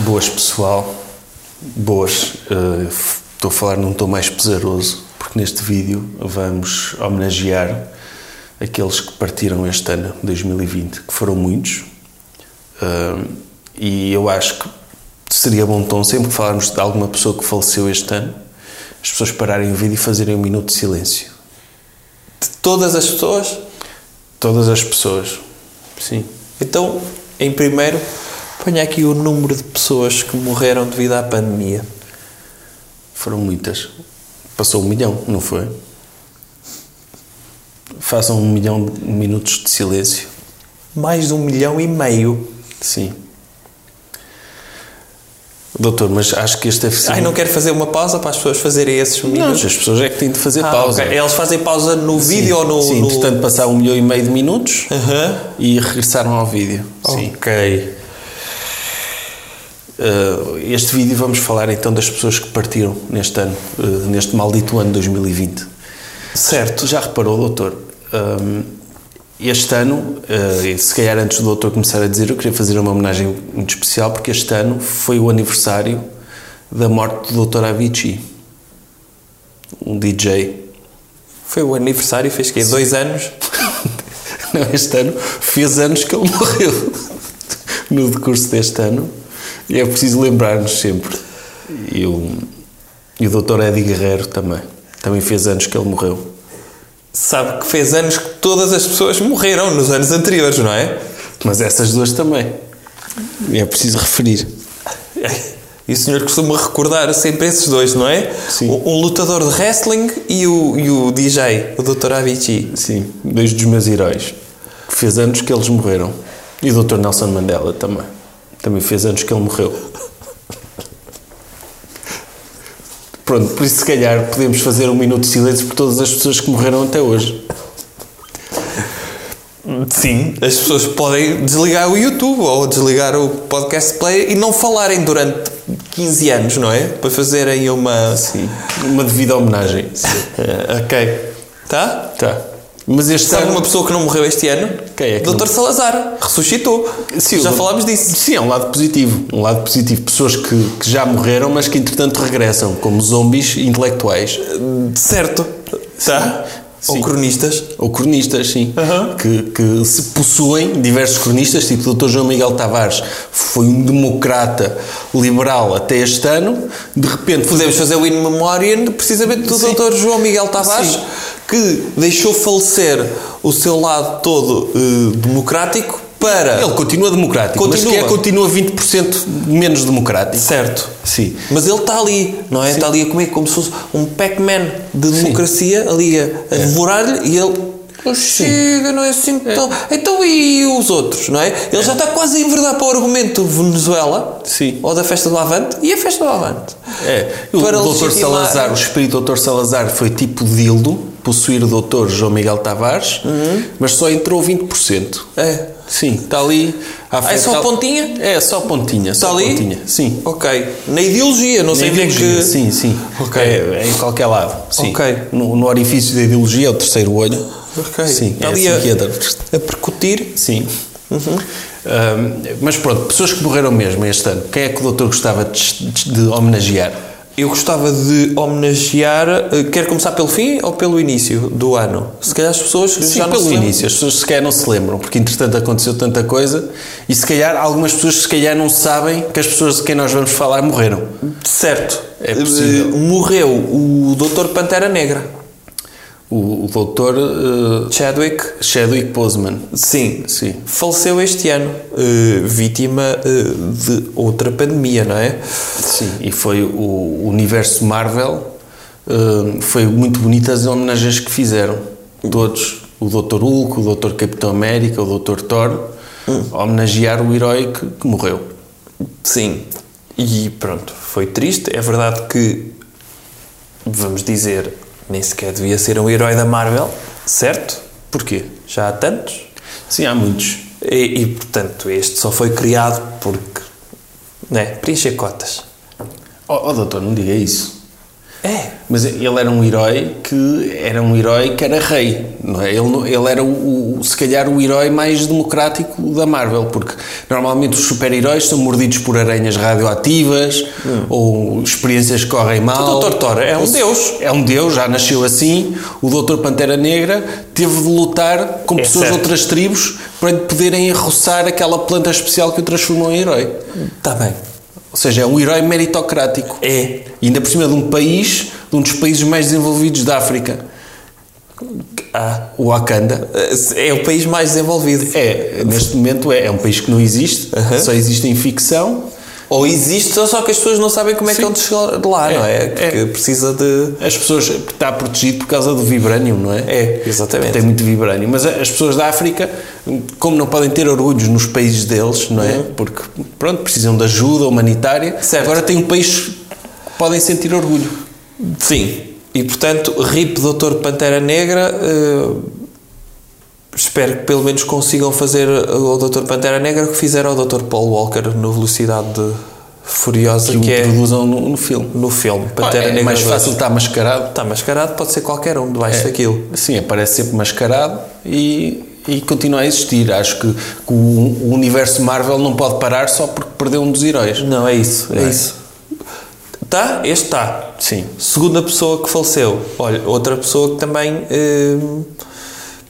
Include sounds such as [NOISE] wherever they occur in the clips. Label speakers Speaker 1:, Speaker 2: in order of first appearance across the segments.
Speaker 1: Boas, pessoal. Boas. Eh, f- Estou a falar num tom mais pesaroso, porque neste vídeo vamos homenagear aqueles que partiram este ano, 2020, que foram muitos. Eh, e eu acho que seria bom tom, sempre que falarmos de alguma pessoa que faleceu este ano, as pessoas pararem o vídeo e fazerem um minuto de silêncio.
Speaker 2: De todas as pessoas.
Speaker 1: Todas as pessoas. Sim.
Speaker 2: Então, em primeiro, ponha aqui o número de pessoas que morreram devido à pandemia.
Speaker 1: Foram muitas. Passou um milhão, não foi? Façam um milhão de minutos de silêncio.
Speaker 2: Mais de um milhão e meio.
Speaker 1: Sim. Doutor, mas acho que este deve ser.
Speaker 2: Ai, não quero fazer uma pausa para as pessoas fazerem esses
Speaker 1: Não,
Speaker 2: minutos.
Speaker 1: as pessoas é que têm de fazer
Speaker 2: Ah,
Speaker 1: pausa.
Speaker 2: ok. Eles fazem pausa no vídeo ou no.
Speaker 1: Sim,
Speaker 2: no...
Speaker 1: portanto, passar um milhão e meio de minutos
Speaker 2: Aham.
Speaker 1: e regressaram ao vídeo. Sim.
Speaker 2: Ok.
Speaker 1: Uh, este vídeo vamos falar então das pessoas que partiram neste ano, uh, neste maldito ano 2020.
Speaker 2: Certo.
Speaker 1: Tu já reparou, doutor? hum, este ano, eh, e se calhar antes do doutor começar a dizer, eu queria fazer uma homenagem muito especial, porque este ano foi o aniversário da morte do Dr. Avicii, um DJ.
Speaker 2: Foi o aniversário, fez que Dois anos?
Speaker 1: Não, este ano fez anos que ele morreu no decurso deste ano e é preciso lembrar-nos sempre. E o, e o Dr. Eddie Guerreiro também. Também fez anos que ele morreu.
Speaker 2: Sabe que fez anos que todas as pessoas morreram nos anos anteriores, não é?
Speaker 1: Mas essas duas também. E é preciso referir.
Speaker 2: E o senhor costuma recordar sempre esses dois, não é?
Speaker 1: Sim.
Speaker 2: Um, um lutador de wrestling e o, e o DJ, o Dr. Avicii.
Speaker 1: Sim, dois dos meus heróis. Que fez anos que eles morreram. E o Dr. Nelson Mandela também. Também fez anos que ele morreu. Pronto, por isso se calhar podemos fazer um minuto de silêncio por todas as pessoas que morreram até hoje.
Speaker 2: Sim. As pessoas podem desligar o YouTube ou desligar o podcast player e não falarem durante 15 anos, não é? Para fazerem uma.
Speaker 1: Sim. Uma devida homenagem.
Speaker 2: Eh, ok. Tá?
Speaker 1: Tá. Mas este
Speaker 2: Sabe
Speaker 1: ano...
Speaker 2: uma pessoa que não morreu este ano?
Speaker 1: Quem é que
Speaker 2: Dr. Salazar. Ressuscitou.
Speaker 1: Sim,
Speaker 2: Já
Speaker 1: o-
Speaker 2: falámos disso.
Speaker 1: Sim, é um lado positivo. Um lado positivo. Pessoas que, que já morreram, mas que entretanto regressam, como zombies intelectuais.
Speaker 2: Certo. Tá?
Speaker 1: Sim.
Speaker 2: Ou cronistas.
Speaker 1: Ou cronistas, sim.
Speaker 2: Aham.
Speaker 1: Que, que se possuem diversos cronistas, tipo o Dr. João Miguel Tavares foi um democrata liberal até este ano, de repente
Speaker 2: Podemos fazer o In Memoriam precisamente do
Speaker 1: Sim.
Speaker 2: Dr. João Miguel Tavares,
Speaker 1: Sim.
Speaker 2: que deixou falecer o seu lado todo eh, democrático para.
Speaker 1: Ele continua democrático, mas
Speaker 2: Continua.
Speaker 1: que é continua 20% menos democrático.
Speaker 2: Certo.
Speaker 1: Sim.
Speaker 2: Mas ele está ali, não é? Está ali a comer como se fosse um Pac-Man de democracia, ali a,
Speaker 1: É.
Speaker 2: a devorar-lhe e ele. "Oh, Chega, não é assim tão. Então e os outros, não é? Ele já está quase a enverdar para o argumento Venezuela
Speaker 1: Sim.
Speaker 2: ou da festa do Avante e a festa do Avante.
Speaker 1: É. O
Speaker 2: Para
Speaker 1: Dr.
Speaker 2: legitimar-
Speaker 1: Salazar, o espírito do Dr. Salazar foi tipo dildo, possuir o Dr. João Miguel Tavares,
Speaker 2: Uhum.
Speaker 1: mas só entrou 20%.
Speaker 2: É.
Speaker 1: Sim, está ali. à
Speaker 2: Ah, é
Speaker 1: frente,
Speaker 2: só
Speaker 1: tá-
Speaker 2: pontinha? Tá
Speaker 1: É, só pontinha. Está só
Speaker 2: ali?
Speaker 1: Pontinha. Sim.
Speaker 2: Ok. Na ideologia, não
Speaker 1: Na
Speaker 2: sei onde é
Speaker 1: ideologia,
Speaker 2: que.
Speaker 1: sim, sim.
Speaker 2: Ok.
Speaker 1: É, é em qualquer lado. Sim.
Speaker 2: Ok.
Speaker 1: No, no orifício da ideologia, é o terceiro olho.
Speaker 2: Ok. Então,
Speaker 1: Sim, é
Speaker 2: Ali
Speaker 1: assim
Speaker 2: a-
Speaker 1: que entra.
Speaker 2: A percutir.
Speaker 1: Sim.
Speaker 2: Uhum.
Speaker 1: Ahm, mas pronto, pessoas que morreram mesmo este ano, quem é que o doutor gostava de, de homenagear?
Speaker 2: Eu gostava de homenagear. eh, Quer começar pelo fim ou pelo início do ano? Se calhar as pessoas que
Speaker 1: Sim,
Speaker 2: já não
Speaker 1: pelo
Speaker 2: se lembram.
Speaker 1: início, as pessoas se calhar não se lembram, porque entretanto aconteceu tanta coisa e se calhar algumas pessoas se calhar não sabem que as pessoas de quem nós vamos falar morreram.
Speaker 2: Certo.
Speaker 1: É possível.
Speaker 2: Eh, Morreu o Dr. Pantera Negra.
Speaker 1: O, o doutor eh,
Speaker 2: Chadwick.
Speaker 1: Chadwick Boseman.
Speaker 2: Sim.
Speaker 1: Sim.
Speaker 2: Faleceu este ano. eh, vítima eh, de outra pandemia, não é?
Speaker 1: Sim, e foi o universo Marvel. hum, foi muito bonitas as homenagens que fizeram. Todos. O Dr. Hulk, o Dr. Capitão América, o Dr. Thor. Homenagear o herói que, que morreu.
Speaker 2: Sim. E pronto, foi triste. É verdade que, vamos dizer, nem sequer devia ser um herói da Marvel, certo?
Speaker 1: Porquê?
Speaker 2: Já há tantos.
Speaker 1: Sim, há muitos.
Speaker 2: E, e, portanto, este só foi criado porque. Né? Preencher cotas.
Speaker 1: Oh, oh, doutor, não diga isso.
Speaker 2: É.
Speaker 1: Mas ele era um herói que era um herói que era rei, não é? Ele, não- ele era, o, o- se calhar, o herói mais democrático da Marvel, porque normalmente os super-heróis são mordidos por aranhas radioativas ou experiências que correm mal.
Speaker 2: Hum. O Dr. Thor é um
Speaker 1: Esse-
Speaker 2: deus.
Speaker 1: É um deus, já nasceu assim. O Dr. Pantera Negra teve de lutar com
Speaker 2: É
Speaker 1: pessoas de
Speaker 2: certo.
Speaker 1: outras tribos para lhe poderem roçar aquela planta especial que o transformou em herói.
Speaker 2: Está tá bem.
Speaker 1: Ou seja, é um herói meritocrático.
Speaker 2: É.
Speaker 1: E ainda por cima de um país, de um dos países mais desenvolvidos da África,
Speaker 2: Ah,
Speaker 1: o Wakanda. eh,
Speaker 2: é o país mais desenvolvido.
Speaker 1: É, neste momento é, é um país que não existe,
Speaker 2: Aham.
Speaker 1: só existe em ficção.
Speaker 2: Ou existe, só que as pessoas não sabem como é que é onde chegar de lá,
Speaker 1: É,
Speaker 2: não é? Porque
Speaker 1: é.
Speaker 2: precisa de.
Speaker 1: As pessoas está protegido por causa do vibranium, não é?
Speaker 2: É, exatamente.
Speaker 1: Tem muito vibranium, mas a- as pessoas da África, como não podem ter orgulhos nos países deles, não é? Porque pronto, precisam de ajuda humanitária.
Speaker 2: Uhum. Certo.
Speaker 1: Agora tem um país que podem sentir orgulho.
Speaker 2: Sim. E portanto, RIP Doutor Pantera Negra. eh, espero que pelo menos consigam fazer ao Doutor Pantera Negra o que fizeram ao Dr. Paul Walker no Velocidade Furiosa,
Speaker 1: Que,
Speaker 2: que,
Speaker 1: o
Speaker 2: é
Speaker 1: produzam no, no filme.
Speaker 2: no filme.
Speaker 1: Ah,
Speaker 2: Pantera
Speaker 1: é
Speaker 2: Negra.
Speaker 1: mais
Speaker 2: 2.
Speaker 1: fácil estar mascarado.
Speaker 2: Está mascarado, pode ser qualquer um debaixo
Speaker 1: É.
Speaker 2: daquilo.
Speaker 1: Sim, aparece sempre mascarado e, e continua a existir. Acho que, que o, o universo Marvel não pode parar só porque perdeu um dos heróis.
Speaker 2: Não, é isso, é,
Speaker 1: Não é?
Speaker 2: isso. Tá? Este tá.
Speaker 1: Sim.
Speaker 2: Segunda pessoa que faleceu. Olha, outra pessoa que também. hum,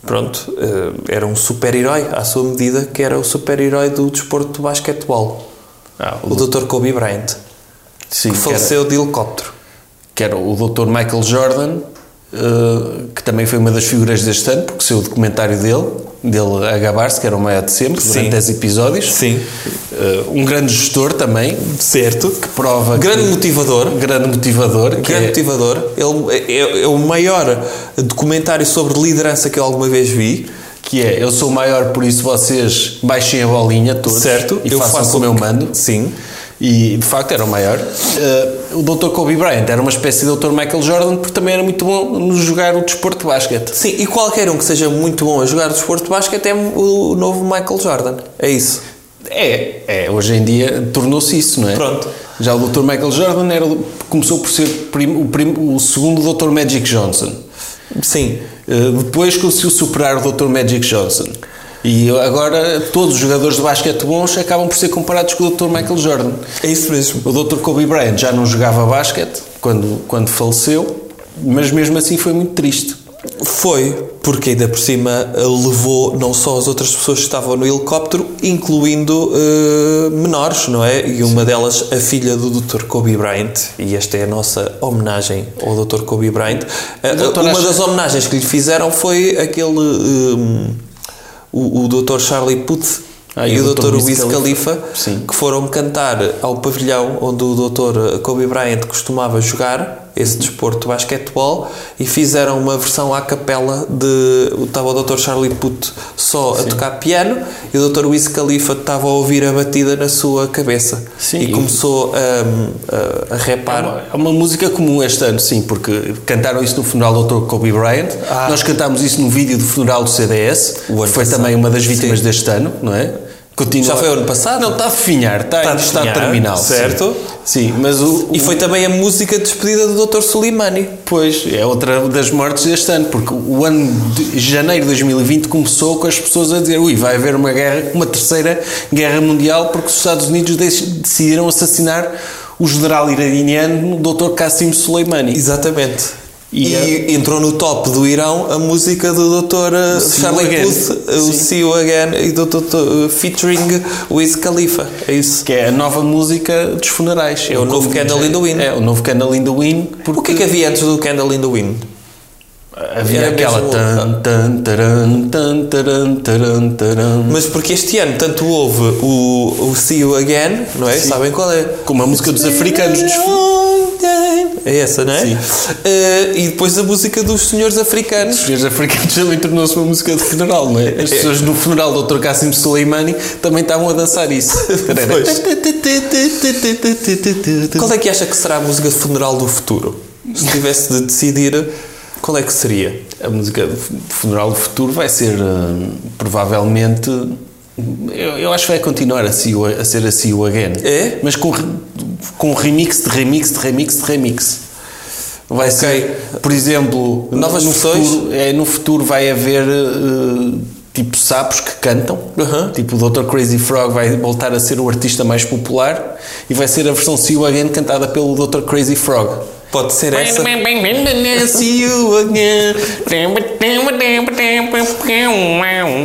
Speaker 2: pronto, hum, era um super-herói, à sua medida, que era o super-herói do desporto de basquetebol.
Speaker 1: Ah,
Speaker 2: O Dr. Kobe Bryant.
Speaker 1: sim,
Speaker 2: Que
Speaker 1: que, era,
Speaker 2: faleceu de helicóptero.
Speaker 1: que era o Dr. Michael Jordan, eh, que também foi uma das figuras deste ano, porque saiu o documentário dele, dele a gabar-se, que era o maior de sempre,
Speaker 2: Sim.
Speaker 1: durante 10 episódios.
Speaker 2: Sim.
Speaker 1: Eh, um grande gestor também,
Speaker 2: Certo.
Speaker 1: que prova
Speaker 2: Grande
Speaker 1: que,
Speaker 2: motivador.
Speaker 1: grande motivador, que
Speaker 2: Grande
Speaker 1: é-
Speaker 2: motivador. Ele é, é o maior documentário sobre liderança que eu alguma vez vi.
Speaker 1: que é eu sou o maior, por isso vocês baixem a bolinha todos
Speaker 2: Certo.
Speaker 1: e façam como eu mando.
Speaker 2: Sim.
Speaker 1: E de facto era o maior. Eh, o Dr. Kobe Bryant era uma espécie de Dr. Michael Jordan porque também era muito bom no jogar o desporto de basquete.
Speaker 2: Sim, e qualquer um que seja muito bom a jogar desporto de basquete é o novo Michael Jordan. É isso.
Speaker 1: É, é hoje em dia tornou-se isso, não é?
Speaker 2: Pronto.
Speaker 1: Já o Dr. Michael Jordan era, o- começou por ser prim- o, prim- o segundo Dr. Magic Johnson.
Speaker 2: Sim.
Speaker 1: Eh, depois conseguiu superar o Dr. Magic Johnson. E agora todos os jogadores de basquete bons acabam por ser comparados com o Dr. Michael Jordan.
Speaker 2: É isso mesmo.
Speaker 1: O Dr. Kobe Bryant já não jogava basquete quando, quando faleceu, mas mesmo assim foi muito triste.
Speaker 2: Foi, porque ainda por cima eh, levou não só as outras pessoas que estavam no helicóptero, incluindo eh, menores, não é? E uma delas, a filha do Dr. Kobe Bryant, e esta é a nossa homenagem ao Dr. Kobe Bryant. Eh,
Speaker 1: doutor
Speaker 2: uma
Speaker 1: acha-
Speaker 2: das homenagens que lhe fizeram foi aquele. eh, o, o Dr. Charlie Puth.
Speaker 1: Ah,
Speaker 2: e o Dr. Wiz
Speaker 1: Khalifa.
Speaker 2: Khalifa,
Speaker 1: Sim.
Speaker 2: que foram cantar ao pavilhão onde o Dr. Kobe Bryant costumava jogar esse desporto de basquetebol e fizeram uma versão à capela de estava o Dr. Charlie Puth só a tocar piano e o Dr. Wiz Khalifa estava a ouvir a batida na sua cabeça
Speaker 1: Sim,
Speaker 2: e
Speaker 1: e-
Speaker 2: começou a, a, a
Speaker 1: É
Speaker 2: repar
Speaker 1: uma, é uma música comum este ano, sim, porque cantaram isso no funeral do Dr. Kobe Bryant.
Speaker 2: Ah.
Speaker 1: Nós cantámos isso no vídeo do funeral do CDS,
Speaker 2: O ano
Speaker 1: que foi
Speaker 2: passado.
Speaker 1: também uma das vítimas
Speaker 2: Sim.
Speaker 1: deste ano, não é? Continua.
Speaker 2: Já foi o ano passado?
Speaker 1: Não, está a finhar, está,
Speaker 2: Está a
Speaker 1: em estado
Speaker 2: definhar,
Speaker 1: terminal. sim.
Speaker 2: certo.
Speaker 1: Sim, mas o,
Speaker 2: e foi também a música de despedida do Dr. Soleimani
Speaker 1: Pois, é outra das mortes deste ano, porque o ano de janeiro de 2020 começou com as pessoas a dizer ui, vai haver uma guerra, uma terceira guerra mundial porque os Estados Unidos dec- decidiram assassinar o general iraniano Dr. Qasem Soleimani.
Speaker 2: Exatamente. E,
Speaker 1: E eh,
Speaker 2: entrou no top do Irão a música do Dr.
Speaker 1: See
Speaker 2: Charlie
Speaker 1: You Again.
Speaker 2: Puth, o
Speaker 1: Sim.
Speaker 2: See You Again, e do Dr. featuring Wiz Khalifa. É isso.
Speaker 1: Que é a nova música dos funerais. É
Speaker 2: o novo
Speaker 1: como-
Speaker 2: Candle in the Wind.
Speaker 1: É, o novo Candle in the Wind.
Speaker 2: O que é que havia antes do Candle in the Wind?
Speaker 1: Havia
Speaker 2: Era
Speaker 1: aquela...
Speaker 2: mesmo-
Speaker 1: Tan, tan, taran, tan, taran, taran, taran.
Speaker 2: Mas porque este ano tanto houve o, o See You Again, não é? Sabem qual é?
Speaker 1: Com uma música dos africanos dos fu-
Speaker 2: É essa, não é?
Speaker 1: Sim.
Speaker 2: Eh, e depois a música dos senhores africanos.
Speaker 1: Os filhos africanos [LAUGHS] também tornou-se uma música de funeral, não é? As pessoas no funeral do Dr. Cassim Soleimani também estavam a dançar isso.
Speaker 2: Qual é que acha que será a música de funeral do futuro? Se
Speaker 1: é
Speaker 2: tivesse de decidir, qual é que seria?
Speaker 1: A música de funeral do futuro vai ser, hum, provavelmente... Eu, eu acho que vai continuar a, see you- a ser a See You Again.
Speaker 2: É?
Speaker 1: Mas com, re- com remix de remix de remix de remix. Vai
Speaker 2: Ok.
Speaker 1: ser, por exemplo,
Speaker 2: Novas
Speaker 1: no
Speaker 2: versões?
Speaker 1: futuro, é, no futuro vai haver eh, tipo sapos que cantam.
Speaker 2: Aham.
Speaker 1: Tipo o Dr. Crazy Frog vai voltar a ser o artista mais popular e vai ser a versão See You Again cantada pelo Dr. Crazy Frog.
Speaker 2: Pode ser essa.
Speaker 1: See You Again.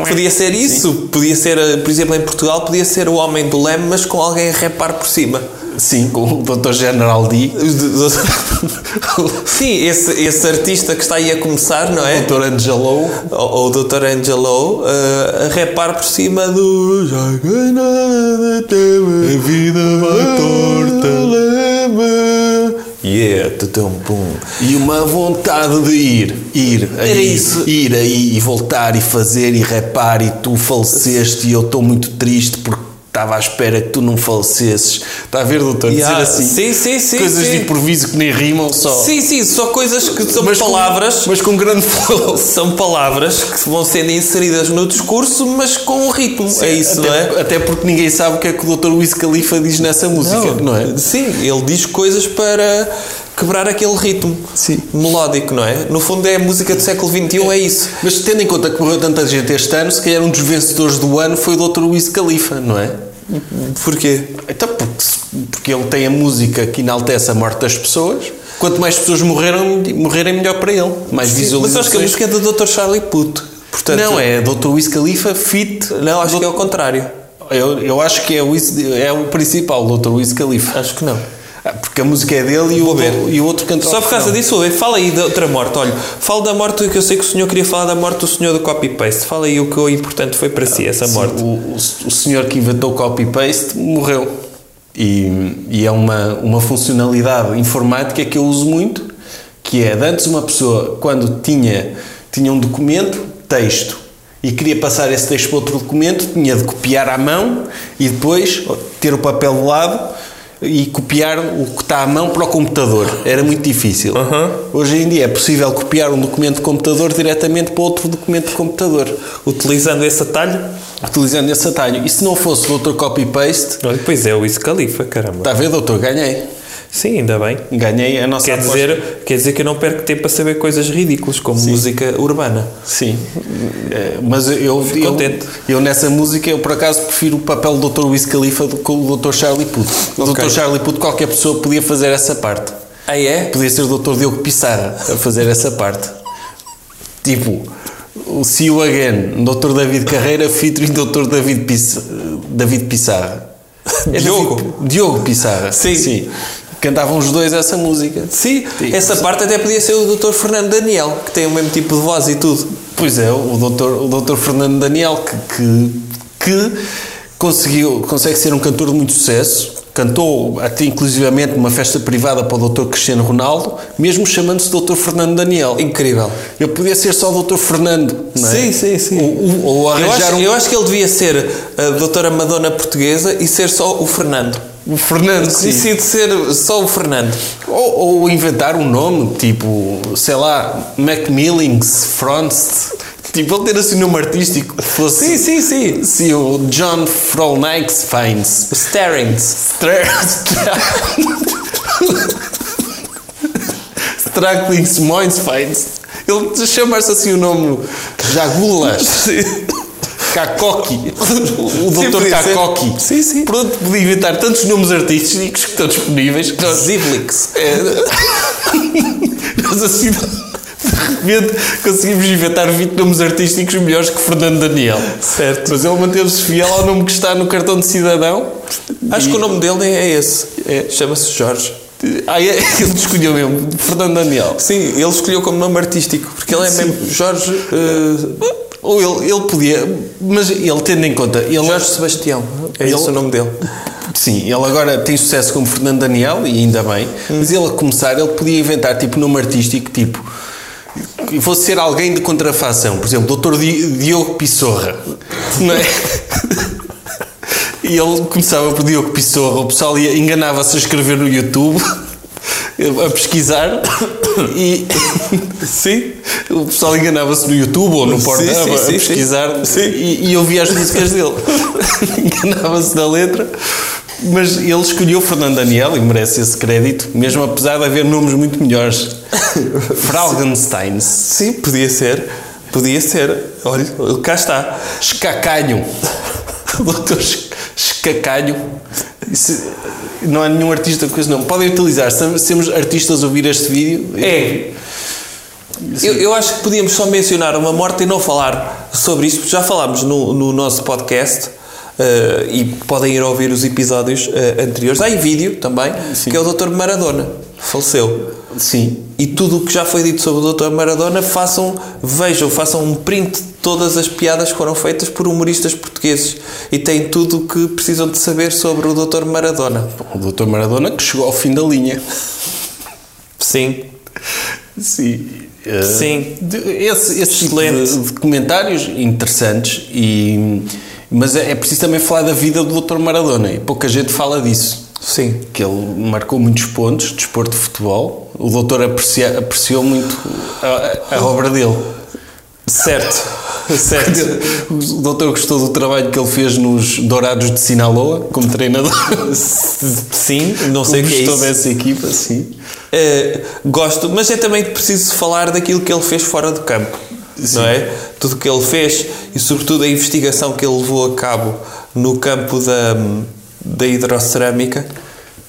Speaker 2: Podia ser isso. Podia ser, eh, por exemplo, em Portugal, podia ser o Homem do Leme, mas com alguém a repar por cima. [LAUGHS]
Speaker 1: Sim, com o Dr. General D. [LAUGHS]
Speaker 2: Sim, esse, esse artista que está aí a começar, não é?
Speaker 1: Dr. Angelo.
Speaker 2: Ou ou o Dr. Angelo eh, a repar por cima do. Já que nada teme, a vida vai torta. Leme. Yeah, tutum pum.
Speaker 1: E uma vontade de ir, ir, a
Speaker 2: Era
Speaker 1: ir,
Speaker 2: isso.
Speaker 1: ir aí e voltar e fazer e repar e tu faleceste e eu estou muito triste porque estava à espera que tu não falecesses. Está a ver, doutor?
Speaker 2: Yeah,
Speaker 1: Dizer assim,
Speaker 2: sim, sim, sim,
Speaker 1: coisas
Speaker 2: sim.
Speaker 1: de improviso que nem rimam só.
Speaker 2: Sim, sim, só coisas que são
Speaker 1: Mas com-
Speaker 2: palavras.
Speaker 1: mas com grande flow.
Speaker 2: [LAUGHS] São palavras que vão sendo inseridas no discurso, mas com um ritmo. é isso,
Speaker 1: até,
Speaker 2: não é?
Speaker 1: Até porque ninguém sabe o que é que o doutor Wiz Khalifa diz nessa música, não, é?
Speaker 2: Sim, ele diz coisas para quebrar aquele ritmo
Speaker 1: Sim.
Speaker 2: melódico, não é? No fundo é a música do século XXI, é isso.
Speaker 1: Mas tendo em conta que morreu tanta gente este ano, se calhar um dos vencedores do ano foi o Dr. Wiz Khalifa, não é?
Speaker 2: Porquê?
Speaker 1: Então, porque, se- porque ele tem a música que enaltece a morte das pessoas. Quanto mais pessoas morreram, morrerem, melhor para ele. Mais
Speaker 2: Sim, mas
Speaker 1: visualizações.
Speaker 2: acho que a música é do Dr. Charlie Puto. Portanto,
Speaker 1: Não, é Dr. Wiz Khalifa, fit.
Speaker 2: Não, acho que é o contrário.
Speaker 1: Eu, eu acho que é o, Wiz- é o principal, Dr. Wiz Khalifa.
Speaker 2: Acho que não.
Speaker 1: Ah, Porque a música é dele e o,
Speaker 2: Vou ver.
Speaker 1: e o outro cantor.
Speaker 2: Só por causa disso, ouve, fala aí da outra morte. Olha, fala da morte que eu sei que o senhor queria falar da morte do senhor do copy-paste. Fala aí o que o importante foi para si, essa morte.
Speaker 1: Ah, O, o, o senhor que inventou o copy-paste morreu. E, e é uma, uma funcionalidade informática que eu uso muito, que é de antes uma pessoa, quando tinha, tinha um documento, texto, e queria passar esse texto para outro documento, tinha de copiar à mão e depois ter o papel do lado e copiar o que está à mão para o computador. Era muito difícil.
Speaker 2: Aham.
Speaker 1: Hoje em dia é possível copiar um documento de computador diretamente para outro documento de computador
Speaker 2: Utilizando esse atalho?
Speaker 1: utilizando esse atalho. E se não fosse o Dr. Copy-Paste,
Speaker 2: Olha, pois é, o Wiz Khalifa, caramba.
Speaker 1: está a ver, doutor? Ganhei.
Speaker 2: Sim, ainda bem.
Speaker 1: Ganhei a nossa
Speaker 2: Quer
Speaker 1: aposta.
Speaker 2: dizer, quer dizer que eu não perco tempo a saber coisas ridículas, como música urbana.
Speaker 1: Sim. É, Mas eu, eu, eu,
Speaker 2: contente.
Speaker 1: eu nessa música, eu por acaso prefiro o papel do Dr. Wiz Khalifa do que o Dr. Charlie Puth. O
Speaker 2: Ok.
Speaker 1: Dr. Charlie Puth, qualquer pessoa podia fazer essa parte.
Speaker 2: Ah, é?
Speaker 1: Podia ser o Dr. Diogo Pissarra a fazer essa parte. Tipo, o See You Again, Dr. David Carreira, featuring Dr. David, Piss David Pissarra. É
Speaker 2: Diogo?
Speaker 1: David- Diogo Pissarra.
Speaker 2: Sim.
Speaker 1: Cantavam os dois essa música.
Speaker 2: Sim,
Speaker 1: Sim.
Speaker 2: essa parte até podia ser o Dr. Fernando Daniel, que tem o mesmo tipo de voz e tudo.
Speaker 1: Pois é, o Dr. O Dr. Fernando Daniel, que, que, que conseguiu, consegue ser um cantor de muito sucesso. Cantou até inclusivamente numa festa privada para o Dr. Cristiano Ronaldo, mesmo chamando-se Dr. Fernando Daniel.
Speaker 2: Incrível.
Speaker 1: Eu podia ser só o Dr. Fernando, não é?
Speaker 2: Sim, sim, sim.
Speaker 1: Ou, ou- ou
Speaker 2: Eu
Speaker 1: arranjar
Speaker 2: acho,
Speaker 1: um
Speaker 2: eu acho que ele devia ser a doutora Madonna portuguesa e ser só o Fernando.
Speaker 1: um Fernando, sim.
Speaker 2: Decide ser só o Fernando.
Speaker 1: Ou, ou inventar um nome, tipo, sei lá, Macmillings, Franz. Tipo, ele ter assim um nome artístico que fosse.
Speaker 2: Sim, sim, sim.
Speaker 1: Se o John Frolnikes Fines.
Speaker 2: O Starings.
Speaker 1: [LAUGHS] Stracklings Moins Fines. Ele chamar-se assim o nome
Speaker 2: [LAUGHS]
Speaker 1: Jagulas. Kakoki. O
Speaker 2: Sim,
Speaker 1: Dr.
Speaker 2: podia ser.
Speaker 1: Kakoki.
Speaker 2: Sim, sim.
Speaker 1: Pronto, podia inventar tantos nomes artísticos que estão disponíveis. que Nós, É,
Speaker 2: Ziblix.
Speaker 1: nós assim, de repente, conseguimos inventar 20 nomes artísticos melhores que Fernando Daniel.
Speaker 2: Certo.
Speaker 1: Mas ele manteve-se fiel ao nome que está no cartão de cidadão.
Speaker 2: Acho
Speaker 1: E-
Speaker 2: que o nome dele é esse. Chama-se Jorge.
Speaker 1: Ah, é, [LAUGHS] ele escolheu mesmo, Fernando Daniel.
Speaker 2: Sim, ele escolheu como nome artístico, porque ele é
Speaker 1: Sim.
Speaker 2: mesmo Jorge, eh,
Speaker 1: Ou ele, ele podia, mas ele tendo em conta, ele,
Speaker 2: Jorge Sebastião. É
Speaker 1: Ele-
Speaker 2: esse o nome dele.
Speaker 1: sim, ele agora tem sucesso como Fernando Daniel, e ainda bem, mas ele a começar, ele podia inventar tipo nome artístico, tipo, e fosse ser alguém de contrafação, por exemplo, Dr. Di- Diogo Pissorra, não é? [LAUGHS] E ele começava por Diogo Pissorra, o pessoal ia- enganava-se a escrever no YouTube, a pesquisar, e [LAUGHS]
Speaker 2: Sim.
Speaker 1: o pessoal enganava-se no YouTube ou no
Speaker 2: Sim,
Speaker 1: Pornhub
Speaker 2: sim,
Speaker 1: a
Speaker 2: sim,
Speaker 1: pesquisar
Speaker 2: sim. [LAUGHS]
Speaker 1: E, e ouvia as músicas dele. enganava-se da letra
Speaker 2: Mas ele escolheu Fernando Daniel e merece esse crédito, mesmo apesar de haver nomes muito [LAUGHS] melhores. Fraudensteins.
Speaker 1: Sim, podia ser. Podia ser. Olha, cá está.
Speaker 2: Escacanho. [LAUGHS] Doutor Es- Escacanho. Isso- não há nenhum artista com esse nome. Podem utilizar. Se- Sermos artistas a ouvir este vídeo.
Speaker 1: É. Eu, eu acho que podíamos só mencionar uma morte e não falar sobre isto, porque já falámos no, no nosso podcast. eh, e podem ir ouvir os episódios eh, anteriores. Há em vídeo também,
Speaker 2: Sim.
Speaker 1: que é o Dr. Maradona. Faleceu.
Speaker 2: Sim.
Speaker 1: E tudo o que já foi dito sobre o Dr. Maradona, façam, vejam, façam um print de todas as piadas que foram feitas por humoristas portugueses. E têm tudo o que precisam de saber sobre o Dr. Maradona.
Speaker 2: O Doutor Maradona que chegou ao fim da linha.
Speaker 1: Sim.
Speaker 2: Sim. Eh,
Speaker 1: Sim.
Speaker 2: de- Esse, esse tipo
Speaker 1: Excelente.
Speaker 2: de, de comentários interessantes, e, mas é, é preciso também falar da vida do Dr. Maradona e pouca gente fala disso.
Speaker 1: Sim.
Speaker 2: Que ele marcou muitos pontos, desporto de futebol. O doutor aprecia- apreciou muito a, a obra dele.
Speaker 1: Certo. [LAUGHS] certo.
Speaker 2: O doutor gostou do trabalho que ele fez nos Dourados de Sinaloa, como treinador.
Speaker 1: [LAUGHS] Sim, não sei o que é
Speaker 2: gostou
Speaker 1: isso.
Speaker 2: dessa equipa, sim.
Speaker 1: Eh, gosto, mas é também preciso falar daquilo que ele fez fora do campo, não é? Tudo o que ele fez e, sobretudo, a investigação que ele levou a cabo no campo da, da hidrocerâmica,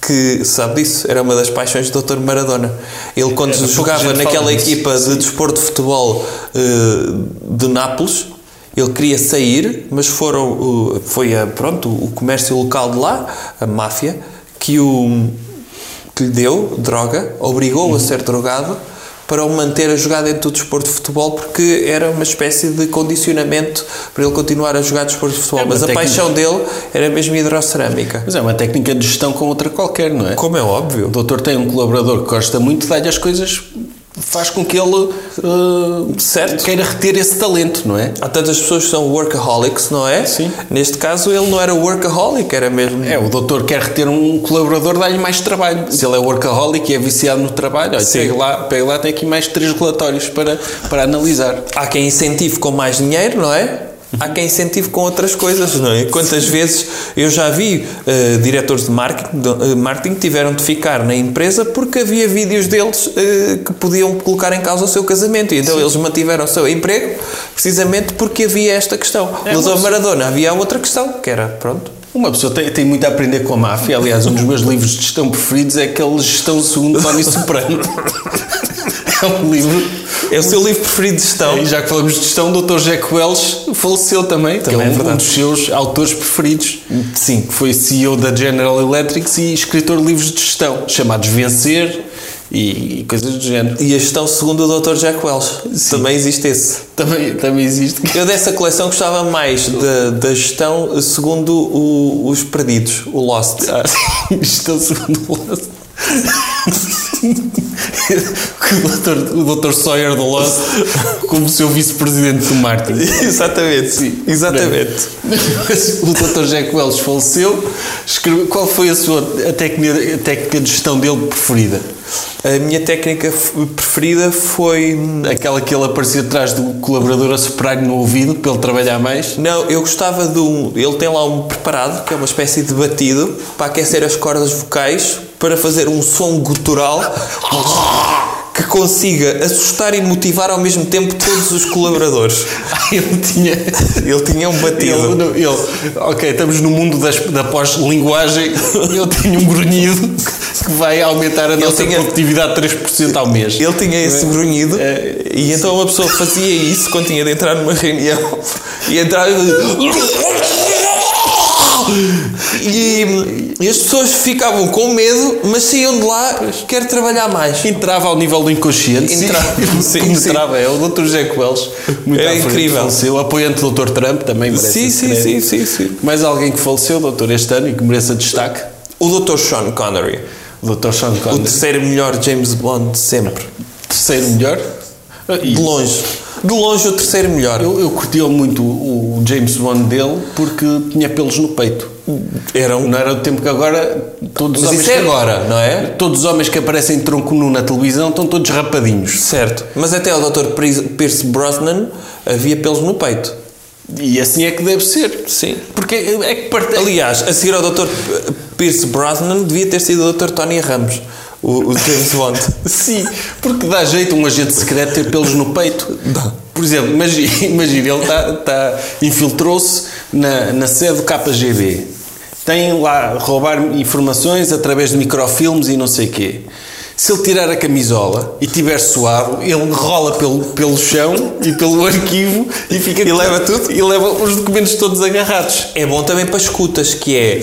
Speaker 1: que, sabe disso, era uma das paixões do Dr. Maradona. Ele, quando
Speaker 2: É, pouca
Speaker 1: jogava
Speaker 2: gente
Speaker 1: naquela
Speaker 2: fala disso.
Speaker 1: equipa de desporto de futebol eh, de Nápoles. Ele queria sair, mas foram, o- foi a, pronto, o comércio local de lá, a máfia, que, o, que lhe deu droga, obrigou-o
Speaker 2: Uhum.
Speaker 1: a ser drogado para o manter a jogar dentro do desporto de futebol, porque era uma espécie de condicionamento para ele continuar a jogar desporto de futebol.
Speaker 2: É uma
Speaker 1: mas a
Speaker 2: técnica.
Speaker 1: paixão dele era mesmo hidrocerâmica.
Speaker 2: Mas é uma técnica de gestão com outra qualquer, não é?
Speaker 1: Como é óbvio.
Speaker 2: O doutor tem um colaborador que gosta muito, dá-lhe as coisas, faz com que ele eh,
Speaker 1: Certo.
Speaker 2: queira reter esse talento, não é?
Speaker 1: Há tantas pessoas que são workaholics, não é?
Speaker 2: Sim.
Speaker 1: Neste caso, ele não era workaholic, era mesmo.
Speaker 2: É, o doutor quer reter um colaborador, dá-lhe mais trabalho. Se ele é workaholic e é viciado no trabalho, olha,
Speaker 1: Sim.
Speaker 2: pega lá, pega lá, tem aqui mais três relatórios para, para analisar.
Speaker 1: Há quem incentive com mais dinheiro, não é? Há quem incentive com outras coisas, não é? Quantas vezes eu já vi eh, diretores de marketing, de- eh, marketing que tiveram de ficar na empresa porque havia vídeos deles eh, que podiam colocar em causa o seu casamento. E então eles mantiveram o seu emprego precisamente porque havia esta questão.
Speaker 2: É,
Speaker 1: Mas ao
Speaker 2: mas-
Speaker 1: Maradona havia outra questão, que era, pronto,
Speaker 2: Uma pessoa tem, tem muito a aprender com a máfia. Aliás, um dos meus livros de gestão preferidos é aquele Gestão Segundo Tony Soprano. [LAUGHS] é um livro
Speaker 1: [LAUGHS] é o seu livro preferido de gestão.
Speaker 2: E já que falamos de gestão, o Dr. Jack Welch faleceu também,
Speaker 1: Também é
Speaker 2: que é, um- um,
Speaker 1: verdade.
Speaker 2: dos seus autores preferidos. Sim. Que foi CEO da General Electric e escritor de livros de gestão, chamados Vencer e, e coisas do género.
Speaker 1: E a gestão segundo o Dr. Jack Welch. Também existe esse.
Speaker 2: Também, também existe.
Speaker 1: Eu dessa coleção gostava mais da, da gestão segundo o- os perdidos, o Lost.
Speaker 2: Ah, [LAUGHS] gestão segundo o Lost. Que o Dr. O Dr. Sawyer do Lost como seu vice-presidente do marketing.
Speaker 1: exatamente, sim. Exatamente.
Speaker 2: Mas o Dr. Jack Welch faleceu. Escreveu- qual foi a sua a técnica, a técnica de gestão dele preferida?
Speaker 1: A minha técnica f- preferida foi. hum,
Speaker 2: Aquela que ele aparecia atrás do colaborador a soprar-lhe no ouvido para ele trabalhar mais?
Speaker 1: Não, eu gostava de um. Ele tem lá um preparado, que é uma espécie de batido, para aquecer as cordas vocais, para fazer um som gutural que consiga assustar e motivar ao mesmo tempo todos os
Speaker 2: [LAUGHS]
Speaker 1: colaboradores.
Speaker 2: Ah, ele tinha.
Speaker 1: Ele tinha um
Speaker 2: Ele,
Speaker 1: batido.
Speaker 2: não, ele- ok, estamos no mundo das,
Speaker 1: [LAUGHS]
Speaker 2: da pós-linguagem. Eu tenho um grunhido que vai aumentar a nossa
Speaker 1: tinha-
Speaker 2: produtividade 3% ao mês.
Speaker 1: Ele tinha esse grunhido
Speaker 2: É,
Speaker 1: e então uma pessoa fazia isso quando tinha de entrar numa reunião e entrava e- e, e as pessoas ficavam com medo, mas saíam de lá, quer trabalhar mais.
Speaker 2: Entrava ao nível do inconsciente.
Speaker 1: Entrava,
Speaker 2: [LAUGHS] sim,
Speaker 1: sim,
Speaker 2: penetrava. É o Dr. Jack Welch. Muito
Speaker 1: É
Speaker 2: à frente,
Speaker 1: incrível.
Speaker 2: Faleceu. Apoiante do Dr. Trump também merece
Speaker 1: Sim,
Speaker 2: esse
Speaker 1: sim,
Speaker 2: crédito.
Speaker 1: sim, sim, sim.
Speaker 2: Mais alguém que faleceu, doutor, este ano e que mereça destaque?
Speaker 1: O Dr. Sean Connery,
Speaker 2: O doutor Sean
Speaker 1: o
Speaker 2: Connery.
Speaker 1: terceiro melhor James Bond de sempre.
Speaker 2: terceiro melhor.
Speaker 1: De longe. De longe o terceiro melhor.
Speaker 2: Eu, eu curtia muito o o James Bond dele porque tinha pelos no peito.
Speaker 1: Era um
Speaker 2: Não era o tempo que agora todos os
Speaker 1: Mas
Speaker 2: homens
Speaker 1: isso é
Speaker 2: que-
Speaker 1: agora, não é?
Speaker 2: Todos os homens que aparecem tronco nu na televisão estão todos rapadinhos.
Speaker 1: Certo, mas até o Dr. Pri- Pierce Brosnan havia pelos no peito. E assim é que deve ser.
Speaker 2: Sim.
Speaker 1: Porque é que parte...
Speaker 2: Aliás, a seguir ao Dr. Pierce Brosnan devia ter sido o Dr. Tony Ramos, o, o James Bond.
Speaker 1: [LAUGHS] Sim, porque dá jeito um agente secreto ter pelos no peito. Por exemplo, imagina, [LAUGHS] imagina ele tá, tá, infiltrou-se na, na sede do KGB. Tem lá roubar informações através de microfilmes e não sei o quê. Se ele tirar a camisola e tiver suado, ele rola pelo, pelo chão e pelo arquivo e fica
Speaker 2: E leva tudo?
Speaker 1: e leva os documentos todos agarrados.
Speaker 2: É bom também para escutas, que é.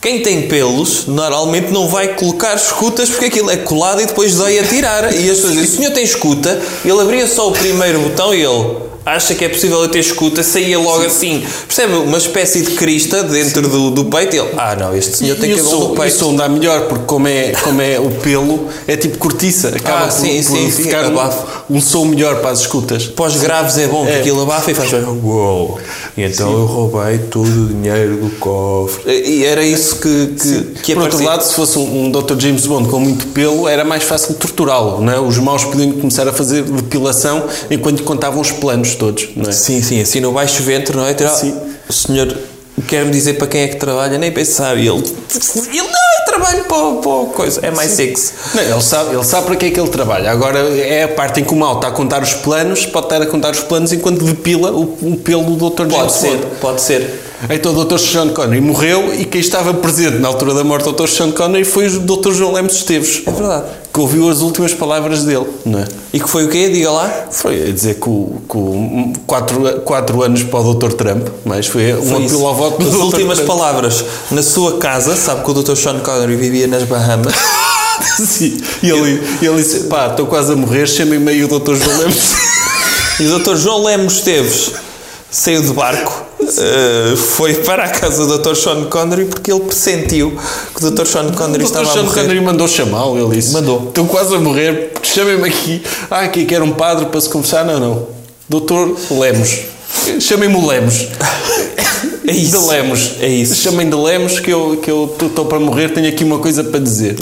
Speaker 2: Quem tem pelos, normalmente não vai colocar escutas porque aquilo é colado e depois dói a tirar. E as pessoas dizem: o senhor tem escuta? Ele abria só o primeiro botão e ele acha que é possível eu ter escuta, saía logo assim. Percebe? Uma espécie de crista dentro do, do peito. E ele: ah, não, este senhor tem
Speaker 1: e
Speaker 2: cabelo
Speaker 1: o som,
Speaker 2: do
Speaker 1: e o
Speaker 2: peito.
Speaker 1: som dá melhor, porque como é, como é o pelo, é tipo cortiça. Acaba
Speaker 2: Ah,
Speaker 1: por,
Speaker 2: sim,
Speaker 1: por
Speaker 2: sim, sim,
Speaker 1: ficar
Speaker 2: abafo.
Speaker 1: um, um som melhor para as escutas.
Speaker 2: Pós-graves é bom, porque
Speaker 1: É.
Speaker 2: aquilo abafa e faz.
Speaker 1: Uou! Então eu roubei todo o dinheiro do cofre.
Speaker 2: E era isso que, que, que
Speaker 1: Por outro
Speaker 2: aparecia.
Speaker 1: lado, se fosse um, um Dr. James Bond com muito pelo, era mais fácil torturá-lo, não é? Os maus podiam começar a fazer depilação enquanto contavam os planos todos, não é?
Speaker 2: Sim, sim, assim no baixo ventre, não é? Terá,
Speaker 1: Sim.
Speaker 2: O senhor quer-me dizer para quem é que trabalha, nem pensar. E ele, ele não, eu trabalho para, para coisa, é mais sexy.
Speaker 1: Não, ele, sabe, ele sabe para que é que ele trabalha. Agora é a parte em que o mal está a contar os planos, pode estar a contar os planos enquanto depila o, o pelo do Dr.
Speaker 2: Pode
Speaker 1: James
Speaker 2: ser,
Speaker 1: Bond.
Speaker 2: pode ser.
Speaker 1: Então o Dr. Sean Connery morreu e quem estava presente na altura da morte do Dr. Sean Connery foi o Dr. João Lemos Esteves,
Speaker 2: É verdade.
Speaker 1: que ouviu as últimas palavras dele, não é?
Speaker 2: E que foi o quê? Diga lá.
Speaker 1: Foi a dizer que o, que o- quatro, quatro anos para o Dr. Trump, mas foi, um
Speaker 2: Foi isso.
Speaker 1: apelo ao [LAUGHS] voto
Speaker 2: As
Speaker 1: do Dr.
Speaker 2: últimas
Speaker 1: Trump.
Speaker 2: palavras. Na sua casa, sabe que o Dr. Sean Connery vivia nas
Speaker 1: [LAUGHS]
Speaker 2: Bahamas.
Speaker 1: Sim. E ele, ele disse, pá, estou quase a morrer, chamem-me aí o Dr. João
Speaker 2: [LAUGHS]
Speaker 1: Lemos.
Speaker 2: E o Dr. João Lemos Esteves saiu de barco, eh, foi para a casa do Dr. Sean Connery porque ele pressentiu que o Dr. Sean Connery
Speaker 1: O Dr.
Speaker 2: estava a
Speaker 1: Sean
Speaker 2: morrer.
Speaker 1: Connery mandou chamá-lo, ele disse.
Speaker 2: Mandou.
Speaker 1: Estou quase a morrer, chamem-me aqui. Ah, aqui que era um padre para se confessar? Não, não. Doutor Lemos. Chamem-me o Lemos.
Speaker 2: É isso.
Speaker 1: De Lemos.
Speaker 2: É isso.
Speaker 1: Chamem de Lemos que eu estou que eu tô- tô para morrer, tenho aqui uma coisa para
Speaker 2: [LAUGHS]
Speaker 1: dizer.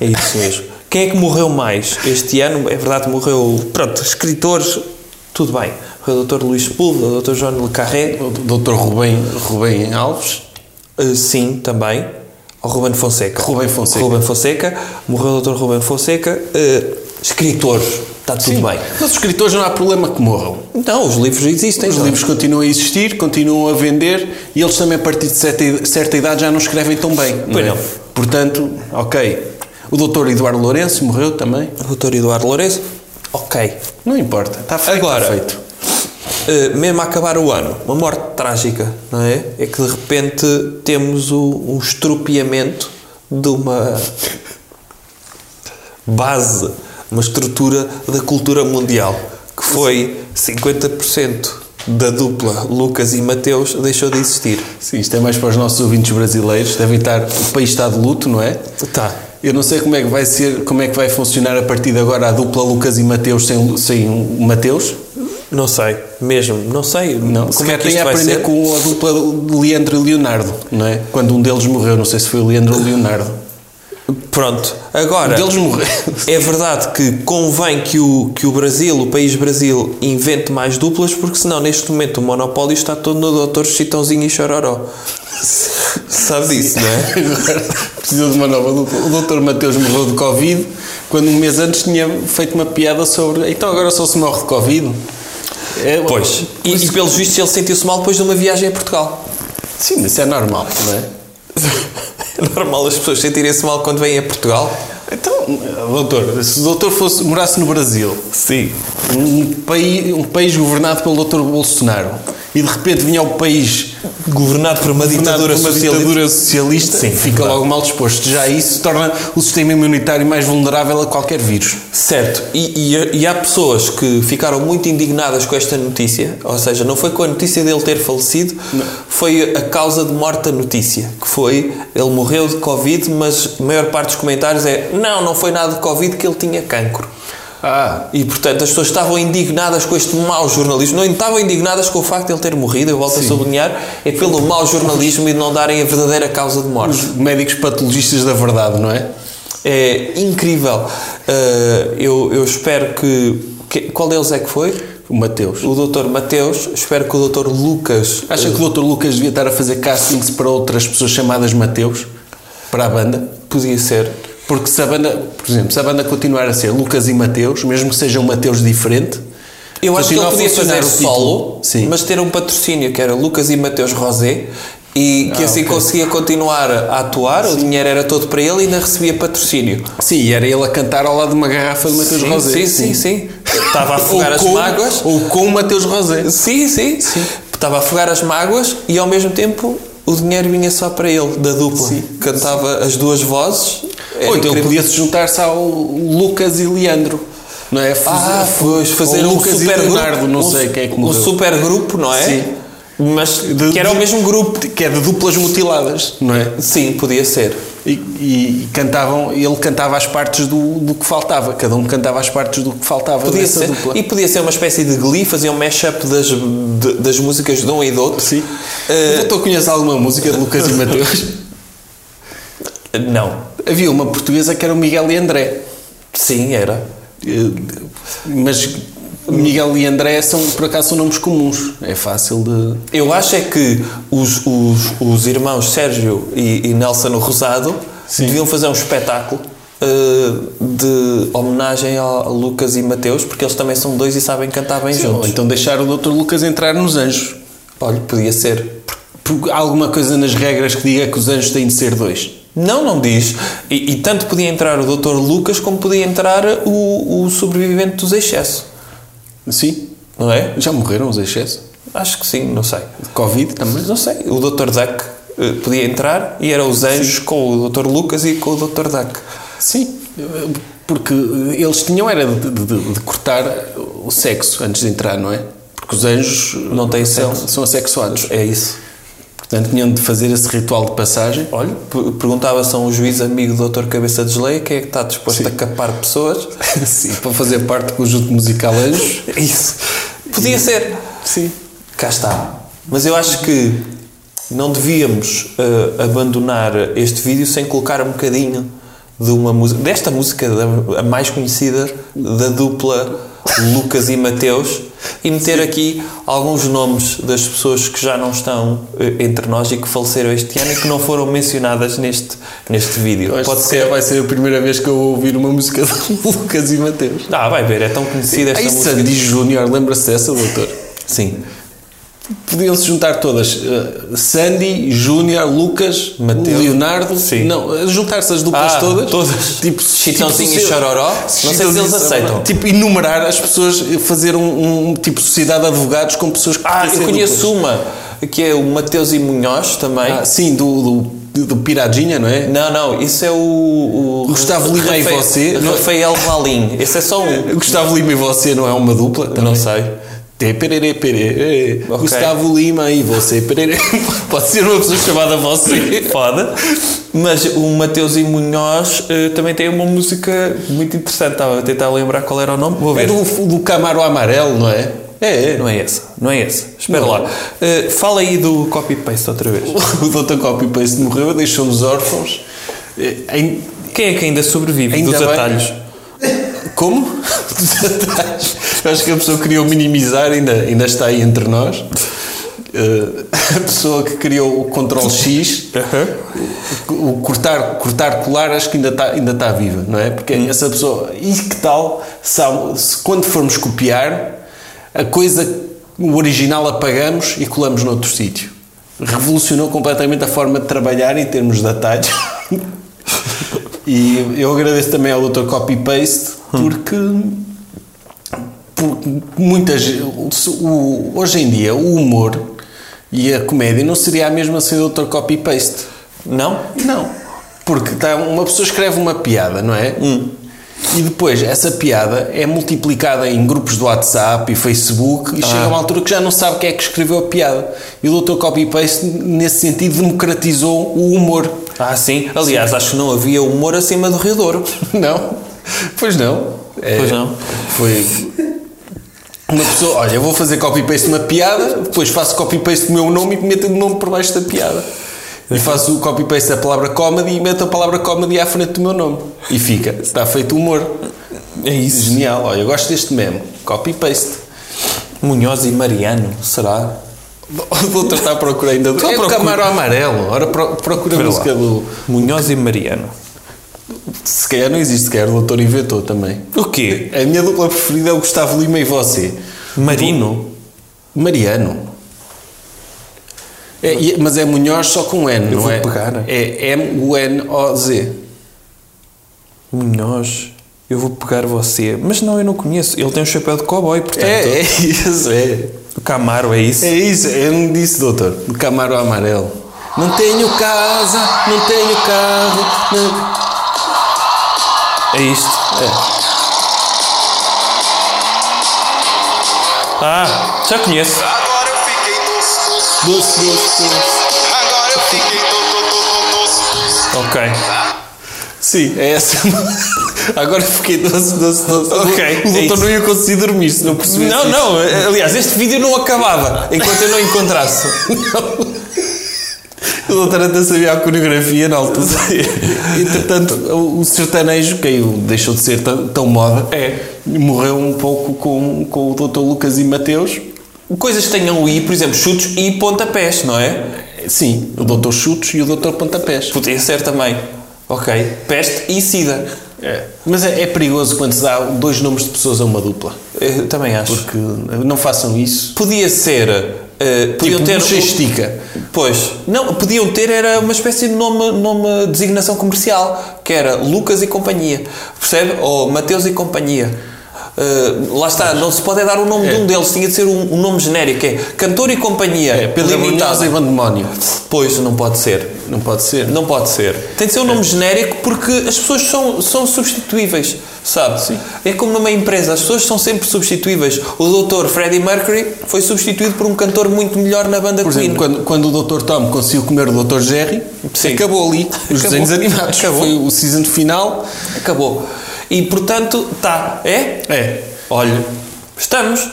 Speaker 2: É isso mesmo. Quem é que morreu mais este ano? É verdade, morreu, pronto, escritores, tudo bem. Foi o Dr. Luís Pulva, o Dr. João Le Carré,
Speaker 1: O Doutor Rubem, Rubem Alves.
Speaker 2: eh, sim, também. O Ruben Fonseca.
Speaker 1: Rubem Fonseca.
Speaker 2: Ruben Fonseca. Morreu o Dr. Ruben Fonseca. eh, escritores, está tudo bem.
Speaker 1: Mas os escritores não há problema que morram.
Speaker 2: Então, os livros existem.
Speaker 1: Os
Speaker 2: não é?
Speaker 1: livros continuam a existir, continuam a vender e eles também, a partir de certa, i- certa idade, já não escrevem tão bem. não
Speaker 2: Pois
Speaker 1: é?
Speaker 2: não.
Speaker 1: Portanto, ok. O doutor Eduardo Lourenço morreu também.
Speaker 2: O Dr. Eduardo Lourenço, ok.
Speaker 1: Não importa. Está feito.
Speaker 2: Agora,
Speaker 1: está feito.
Speaker 2: Uh, mesmo a acabar o ano, uma morte trágica, não é? É que de repente temos o, um estropiamento de uma base, uma estrutura da cultura mundial, que foi 50% da dupla Lucas e Mateus deixou de existir.
Speaker 1: Sim, isto é mais para os nossos ouvintes brasileiros. Devem estar. O país está de luto, não é?
Speaker 2: Tá.
Speaker 1: Eu não sei como é que vai ser, como é que vai funcionar a partir de agora a dupla Lucas e Mateus sem, Lu- sem o Mateus.
Speaker 2: Não sei, mesmo, não sei.
Speaker 1: Não,
Speaker 2: como
Speaker 1: sequer
Speaker 2: é que
Speaker 1: tem
Speaker 2: isto
Speaker 1: a
Speaker 2: vai
Speaker 1: aprender
Speaker 2: ser?
Speaker 1: com a dupla de Leandro e Leonardo, não é? Quando um deles morreu, não sei se foi o Leandro ou o Leonardo.
Speaker 2: Pronto, agora.
Speaker 1: Um deles morreu. [LAUGHS]
Speaker 2: É verdade que convém que o, que o Brasil, o país Brasil, invente mais duplas, porque senão neste momento o monopólio está todo no Dr. Chitãozinho e Chororó. [LAUGHS] Sabe disso, não é?
Speaker 1: Agora precisa de uma nova dupla. O doutor Mateus morreu de Covid, quando um mês antes tinha feito uma piada sobre. Então agora só se morre de Covid. É,
Speaker 2: Pois. E, e pelos vistos ele sentiu-se mal depois de uma viagem a Portugal. [LAUGHS]
Speaker 1: Sim, mas isso é normal, não é?
Speaker 2: É normal as pessoas sentirem-se mal quando vêm a Portugal?
Speaker 1: Então, doutor, se o doutor fosse, morasse no Brasil,
Speaker 2: Sim.
Speaker 1: um país, um país governado pelo doutor Bolsonaro, e de repente vinha ao país
Speaker 2: Governado por uma
Speaker 1: governado
Speaker 2: ditadura
Speaker 1: por uma
Speaker 2: socialista.
Speaker 1: ditadura socialista,
Speaker 2: Sim,
Speaker 1: fica
Speaker 2: verdade.
Speaker 1: logo mal disposto. Já isso torna o sistema imunitário mais vulnerável a qualquer vírus.
Speaker 2: Certo, e, e- e há pessoas que ficaram muito indignadas com esta notícia, ou seja, não foi com a notícia dele ter falecido, foi a causa de morte da notícia, que foi ele morreu de Covid, mas a maior parte dos comentários é não, não foi nada de Covid que ele tinha cancro.
Speaker 1: Ah,
Speaker 2: E portanto as pessoas estavam indignadas com este mau jornalismo, não estavam indignadas com o facto de ele ter morrido, eu volto a sublinhar, é pelo mau jornalismo e de não darem a verdadeira causa de morte.
Speaker 1: médicos patologistas da verdade, não é?
Speaker 2: Eh, É incrível. Uh, eu, eu espero que, que- Qual deles é que foi?
Speaker 1: O Mateus.
Speaker 2: O doutor Mateus, espero que o doutor Lucas.
Speaker 1: Acha que o doutor Lucas devia estar a fazer castings para outras pessoas chamadas Mateus? Para a banda?
Speaker 2: Podia ser.
Speaker 1: Porque se a banda, por exemplo, se a banda continuar a ser Lucas e Mateus, mesmo que seja um Mateus diferente,
Speaker 2: Eu acho que ele
Speaker 1: Continua a
Speaker 2: podia
Speaker 1: funcionar
Speaker 2: fazer
Speaker 1: o título.
Speaker 2: solo,
Speaker 1: Sim.
Speaker 2: mas ter um patrocínio que era Lucas e Mateus Rosé e que
Speaker 1: Ah,
Speaker 2: assim
Speaker 1: ok.
Speaker 2: conseguia continuar a atuar, o dinheiro era todo para ele e ainda recebia patrocínio.
Speaker 1: sim, era ele a cantar ao lado de uma garrafa de Mateus
Speaker 2: sim,
Speaker 1: Rosé.
Speaker 2: Sim, sim, sim. Estava a
Speaker 1: Ou
Speaker 2: afogar as
Speaker 1: com-
Speaker 2: mágoas.
Speaker 1: Ou com o Mateus Rosé.
Speaker 2: Sim, sim, Estava a afogar as mágoas e ao mesmo tempo o dinheiro vinha só para ele, da dupla. Cantava as duas vozes. Era
Speaker 1: Ou então ele
Speaker 2: É incrível.
Speaker 1: podia se juntar-se ao Lucas e Leandro. Não é? Fazer-
Speaker 2: Ah, pois, fazer
Speaker 1: ou
Speaker 2: um
Speaker 1: Lucas
Speaker 2: super
Speaker 1: e Leonardo,
Speaker 2: grupo,
Speaker 1: não
Speaker 2: um,
Speaker 1: sei quem é que
Speaker 2: Um
Speaker 1: morreu.
Speaker 2: super grupo, não é?
Speaker 1: Sim.
Speaker 2: Mas que era o mesmo grupo.
Speaker 1: que é de duplas mutiladas, não é?
Speaker 2: Sim, podia ser.
Speaker 1: E, e- e cantavam, ele cantava as partes do, do que faltava, cada um cantava as partes do que faltava
Speaker 2: Podia
Speaker 1: nessa
Speaker 2: ser.
Speaker 1: dupla.
Speaker 2: E podia ser uma espécie de glee, fazer um mashup das, de- das músicas de um e do outro.
Speaker 1: Sim.
Speaker 2: Eh,
Speaker 1: Então conheces alguma música de Lucas e Mateus?
Speaker 2: [LAUGHS] não.
Speaker 1: Havia uma portuguesa que era o Miguel e André.
Speaker 2: Sim, era.
Speaker 1: Eh, Mas Miguel e André são, por acaso, são nomes comuns. É fácil de.
Speaker 2: Eu acho é que os, os, os irmãos Sérgio e, e Nelson Rosado deviam fazer um espetáculo eh, de homenagem a Lucas e Mateus, porque eles também são dois e sabem cantar bem
Speaker 1: Ou
Speaker 2: juntos.
Speaker 1: então deixar o Dr. Lucas entrar nos anjos.
Speaker 2: Olha, podia ser.
Speaker 1: Por alguma coisa nas regras que diga que os anjos têm de ser dois.
Speaker 2: Não, não diz. E, e tanto podia entrar o Dr. Lucas como podia entrar o, o sobrevivente dos excessos,
Speaker 1: Sim?
Speaker 2: não é?
Speaker 1: Já morreram os excessos?
Speaker 2: Acho que sim, não sei.
Speaker 1: De Covid também?
Speaker 2: Mas não sei. O Dr. Duck eh, podia entrar e era os anjos com o Dr. Lucas e com o Dr. Duck.
Speaker 1: Sim. Porque eles tinham era de, de- de cortar o sexo antes de entrar, não é? Porque os anjos
Speaker 2: Não têm
Speaker 1: são,
Speaker 2: sexo.
Speaker 1: são assexuados.
Speaker 2: É isso.
Speaker 1: Portanto, tinham de fazer esse ritual de passagem.
Speaker 2: Olha, per- perguntava-se a um juiz amigo do Dr. Cabeça de Geleia quem é que está disposto
Speaker 1: Sim.
Speaker 2: a capar pessoas.
Speaker 1: [LAUGHS] Sim, para fazer parte do conjunto musical
Speaker 2: [LAUGHS]
Speaker 1: Anjos.
Speaker 2: Isso. Podia ser.
Speaker 1: Sim.
Speaker 2: Cá está. Mas eu acho que não devíamos eh, abandonar este vídeo sem colocar um bocadinho de uma música, desta música da- a mais conhecida da dupla Lucas e Mateus e meter aqui alguns nomes das pessoas que já não estão eh, entre nós e que faleceram este ano e que não foram mencionadas neste, neste vídeo.
Speaker 1: Pode ser, vai ser a primeira vez que eu vou ouvir uma música de [LAUGHS] Lucas e Mateus.
Speaker 2: Ah, vai ver, é tão conhecida esta
Speaker 1: Aí
Speaker 2: música.
Speaker 1: Sandy Júnior, lembra-se dessa, doutor?
Speaker 2: Sim.
Speaker 1: Podiam-se juntar todas. eh, Sandy, Júnior, Lucas,
Speaker 2: Mateus.
Speaker 1: Leonardo.
Speaker 2: Sim.
Speaker 1: Não, eh, juntar-se as duplas
Speaker 2: Ah,
Speaker 1: todas.
Speaker 2: todas.
Speaker 1: Tipo,
Speaker 2: Chitãozinho
Speaker 1: tipo,
Speaker 2: e Chororó. Não sei se
Speaker 1: Chitãozinho
Speaker 2: eles
Speaker 1: e Chororó.
Speaker 2: aceitam.
Speaker 1: Tipo, enumerar as pessoas, eh, fazer um, um tipo sociedade de advogados com pessoas que
Speaker 2: Ah,
Speaker 1: pertencem
Speaker 2: eu
Speaker 1: a duplas.
Speaker 2: conheço um, uma, que é o Mateus e Munhoz também.
Speaker 1: Ah, sim, do, do, do Piradinha, não é?
Speaker 2: Não, não, isso é o. o
Speaker 1: Gustavo Lima e
Speaker 2: Rafael-
Speaker 1: você? Não-
Speaker 2: Rafael Valim. Esse é só um.
Speaker 1: Gustavo Lima e você não é uma dupla?
Speaker 2: Não
Speaker 1: Também?
Speaker 2: sei.
Speaker 1: Tê, pererê, pererê. Gustavo Lima e você. Pererê. [LAUGHS] Pode ser uma
Speaker 2: é
Speaker 1: pessoa chamada [LAUGHS] você.
Speaker 2: Foda. Mas o Mateus e Munhoz eh, também tem uma música muito interessante. Estava a tentar lembrar qual era o nome. Vou
Speaker 1: É
Speaker 2: ver.
Speaker 1: do, do Camaro Amarelo, não é? É, é.
Speaker 2: Não é essa. Não é essa. Espera
Speaker 1: Não.
Speaker 2: lá. Eh, fala aí do copy-paste outra vez.
Speaker 1: é? [LAUGHS] O Dr. Copy Paste morreu, deixou-nos órfãos. Eh, em-
Speaker 2: Quem é que ainda sobrevive
Speaker 1: Ainda
Speaker 2: dos
Speaker 1: bem.
Speaker 2: atalhos?
Speaker 1: Como? [LAUGHS] Dos atalhos. Eu acho que a pessoa que criou minimizar ainda, ainda está aí entre nós. Eh, a pessoa que criou o Ctrl X, o cortar, cortar colar, acho que ainda está ainda está viva, não é? Porque essa pessoa. E que tal sabe, se quando formos copiar, a coisa, o original apagamos e colamos noutro sítio? Revolucionou completamente a forma de trabalhar em termos de [LAUGHS] atalhos. E eu agradeço também ao Dr. Copy Paste porque, porque muitas o- hoje em dia o humor e a comédia não seria a mesma sem o Dr. Copy Paste.
Speaker 2: Não?
Speaker 1: Não, porque tá, uma pessoa escreve uma piada, não é? E depois essa piada é multiplicada em grupos do WhatsApp e Facebook e chega a uma altura que já não sabe quem é que escreveu a piada. E o Dr. Copy Paste nesse sentido democratizou o humor.
Speaker 2: Ah, sim. Aliás, acho que não havia humor acima do Rio Douro.
Speaker 1: [LAUGHS] Não, pois não. É,
Speaker 2: Pois não.
Speaker 1: Foi uma pessoa, olha, eu vou fazer copy-paste de uma piada, depois faço copy-paste do meu nome e meto o nome por baixo da piada. E faço o copy-paste da palavra comedy e meto a palavra comedy à frente do meu nome. E fica, está feito o humor.
Speaker 2: É isso.
Speaker 1: Genial, olha, eu gosto deste meme, copy-paste. [LAUGHS]
Speaker 2: Munhoz e Mariano, será? Vou tentar procurar ainda.
Speaker 1: É o Camaro Amarelo. Ora, pro, procura a
Speaker 2: Espera
Speaker 1: música
Speaker 2: lá.
Speaker 1: do...
Speaker 2: Munhoz e Mariano.
Speaker 1: Se calhar não existe, se calhar o doutor inventou também.
Speaker 2: O quê?
Speaker 1: A minha dupla preferida é o Gustavo Lima e você.
Speaker 2: Marino?
Speaker 1: Mariano. É, e- mas é Munhoz só com N, não
Speaker 2: vou
Speaker 1: é?
Speaker 2: pegar.
Speaker 1: É M-U-N-O-Z.
Speaker 2: Munhoz. Eu vou pegar você. Mas não, eu não conheço. Ele tem um chapéu de cowboy, portanto.
Speaker 1: É, é [LAUGHS] isso, é.
Speaker 2: O Camaro, é isso?
Speaker 1: É isso, eu não disse, doutor. Do Camaro Amarelo. Não tenho casa, não tenho carro. não-
Speaker 2: É isto.
Speaker 1: É.
Speaker 2: Ah, já conheço.
Speaker 3: Agora eu fiquei doce, doce.
Speaker 1: Doce, doce, doce.
Speaker 3: Agora eu fiquei doce, doce, doce.
Speaker 2: Ok.
Speaker 1: Sim, é essa. [LAUGHS] Agora fiquei doce, doce, doce.
Speaker 2: Ok,
Speaker 1: O
Speaker 2: é
Speaker 1: doutor
Speaker 2: isso.
Speaker 1: não ia conseguir dormir se não percebesse.
Speaker 2: Não,
Speaker 1: isso.
Speaker 2: não. Aliás, este vídeo
Speaker 1: [LAUGHS]
Speaker 2: não acabava enquanto eu não encontrasse.
Speaker 1: O doutor até sabia a coreografia na altura. Entretanto, o o sertanejo caiu, deixou de ser tão, tão moda.
Speaker 2: É.
Speaker 1: Morreu um pouco com, com o doutor Lucas e Mateus.
Speaker 2: Coisas que tenham o I, por exemplo, chutes e pontapés, não é?
Speaker 1: Sim, o doutor Chutos e o doutor Pontapés.
Speaker 2: Podia ser também. Ok. Peste e sida.
Speaker 1: É. Mas é, é perigoso quando se dá dois nomes de pessoas a uma dupla.
Speaker 2: Eu também acho.
Speaker 1: Porque não façam isso.
Speaker 2: Podia ser. eh, podiam
Speaker 1: Tipo,
Speaker 2: ter.
Speaker 1: bochechestica.
Speaker 2: Pois. Não, podiam ter, era uma espécie de nome, nome designação comercial, que era Lucas e Companhia. Percebe? Ou Mateus e Companhia. Eh, lá está, não se pode é dar o nome de um deles, tinha de ser um, um nome genérico, é Cantor e Companhia,
Speaker 1: É, pela
Speaker 2: limitado.
Speaker 1: Brunhosa e Bandemónio.
Speaker 2: Pois, não pode ser.
Speaker 1: Não pode ser.
Speaker 2: Não pode ser. Tem de ser um
Speaker 1: É.
Speaker 2: nome genérico porque as pessoas são, são substituíveis, sabe? É como numa empresa, as pessoas são sempre substituíveis. O doutor Freddie Mercury foi substituído por um cantor muito melhor na banda
Speaker 1: Por exemplo, quando, quando o Dr. Tom conseguiu comer o Dr. Jerry,
Speaker 2: Sim.
Speaker 1: acabou ali os
Speaker 2: Acabou.
Speaker 1: desenhos animados.
Speaker 2: Acabou.
Speaker 1: Foi o season final.
Speaker 2: Acabou. E portanto, tá. É?
Speaker 1: É.
Speaker 2: Olha, estamos.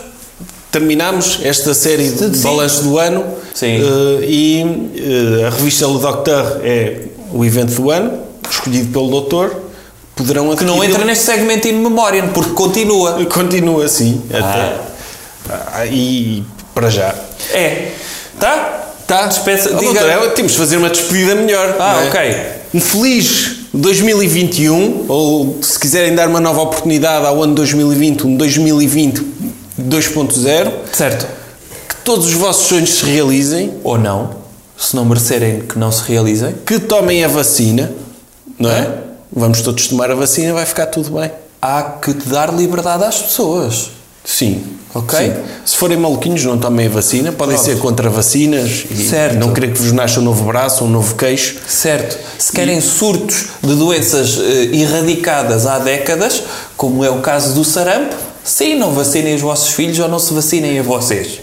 Speaker 1: Terminámos esta série de
Speaker 2: Sim.
Speaker 1: balanço do ano
Speaker 2: Sim.
Speaker 1: Eh, e eh, a revista Le Docteur é o evento do ano, escolhido pelo doutor. Poderão um-
Speaker 2: Que não entra neste segmento in memória, porque continua.
Speaker 1: [LAUGHS] Continua assim,
Speaker 2: Ah.
Speaker 1: até. Ah, e para já.
Speaker 2: É. Tá? Tá. Despeça.
Speaker 1: Ó,
Speaker 2: diga-
Speaker 1: doutor, é, temos de fazer uma despedida melhor.
Speaker 2: Ah,
Speaker 1: não é?
Speaker 2: ok.
Speaker 1: Um feliz 2021, ou se quiserem dar uma nova oportunidade ao ano 2020, um 2020 2.0,
Speaker 2: Certo.
Speaker 1: que todos os vossos sonhos se realizem,
Speaker 2: Ou não. Se não merecerem que não se realizem.
Speaker 1: que tomem a vacina, não é? Vamos todos tomar a vacina, vai ficar tudo bem.
Speaker 2: há que te dar liberdade às pessoas.
Speaker 1: Sim.
Speaker 2: Ok.
Speaker 1: Sim. Se forem maluquinhos, não tomem a vacina, podem
Speaker 2: Pronto.
Speaker 1: ser contra vacinas e
Speaker 2: Certo.
Speaker 1: não querer que vos nasça um novo braço, um novo queixo.
Speaker 2: Certo, se querem surtos de doenças eh, erradicadas há décadas, como é o caso do sarampo, sim, não vacinem os vossos filhos ou não se vacinem a vocês.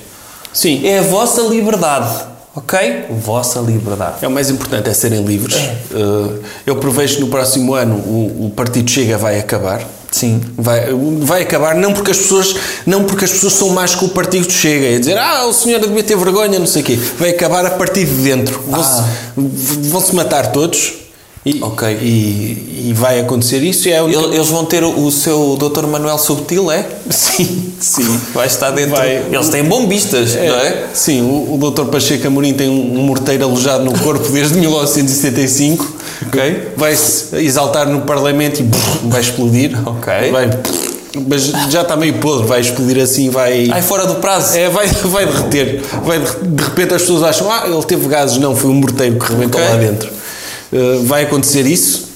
Speaker 1: Sim.
Speaker 2: É a vossa liberdade, ok? Vossa liberdade.
Speaker 1: É o mais importante, é serem livres. Uh, eu prevejo que no próximo ano o, o Partido Chega vai acabar.
Speaker 2: Sim.
Speaker 1: Vai, vai acabar não porque as pessoas não porque as pessoas são mais que o Partido Chega e dizer ah o senhor devia ter vergonha não sei o quê vai acabar a partir de dentro vão-se
Speaker 2: Ah.
Speaker 1: vão-se matar todos e,
Speaker 2: Ok.
Speaker 1: e, e vai acontecer isso e é a única-
Speaker 2: Ele- Eles vão ter o o seu Dr. Manuel Subtil, é?
Speaker 1: sim sim
Speaker 2: [LAUGHS] Vai estar dentro.
Speaker 1: Vai.
Speaker 2: Eles têm bombistas,
Speaker 1: É,
Speaker 2: não é?
Speaker 1: Sim, o, o Dr. Pacheco Amorim tem um, um morteiro alojado no corpo desde [LAUGHS] 1975.
Speaker 2: Ok.
Speaker 1: Vai-se exaltar no Parlamento e brrr, vai explodir.
Speaker 2: Ok.
Speaker 1: Vai, mas já está meio podre, vai explodir assim, vai.
Speaker 2: Ai, fora do prazo.
Speaker 1: É, vai, [LAUGHS] vai derreter. Vai, derre- de repente as pessoas acham, ah, ele teve gases. Não, foi um morteiro que rebentou
Speaker 2: Ok. Uhum.
Speaker 1: lá dentro. Uh, vai acontecer isso.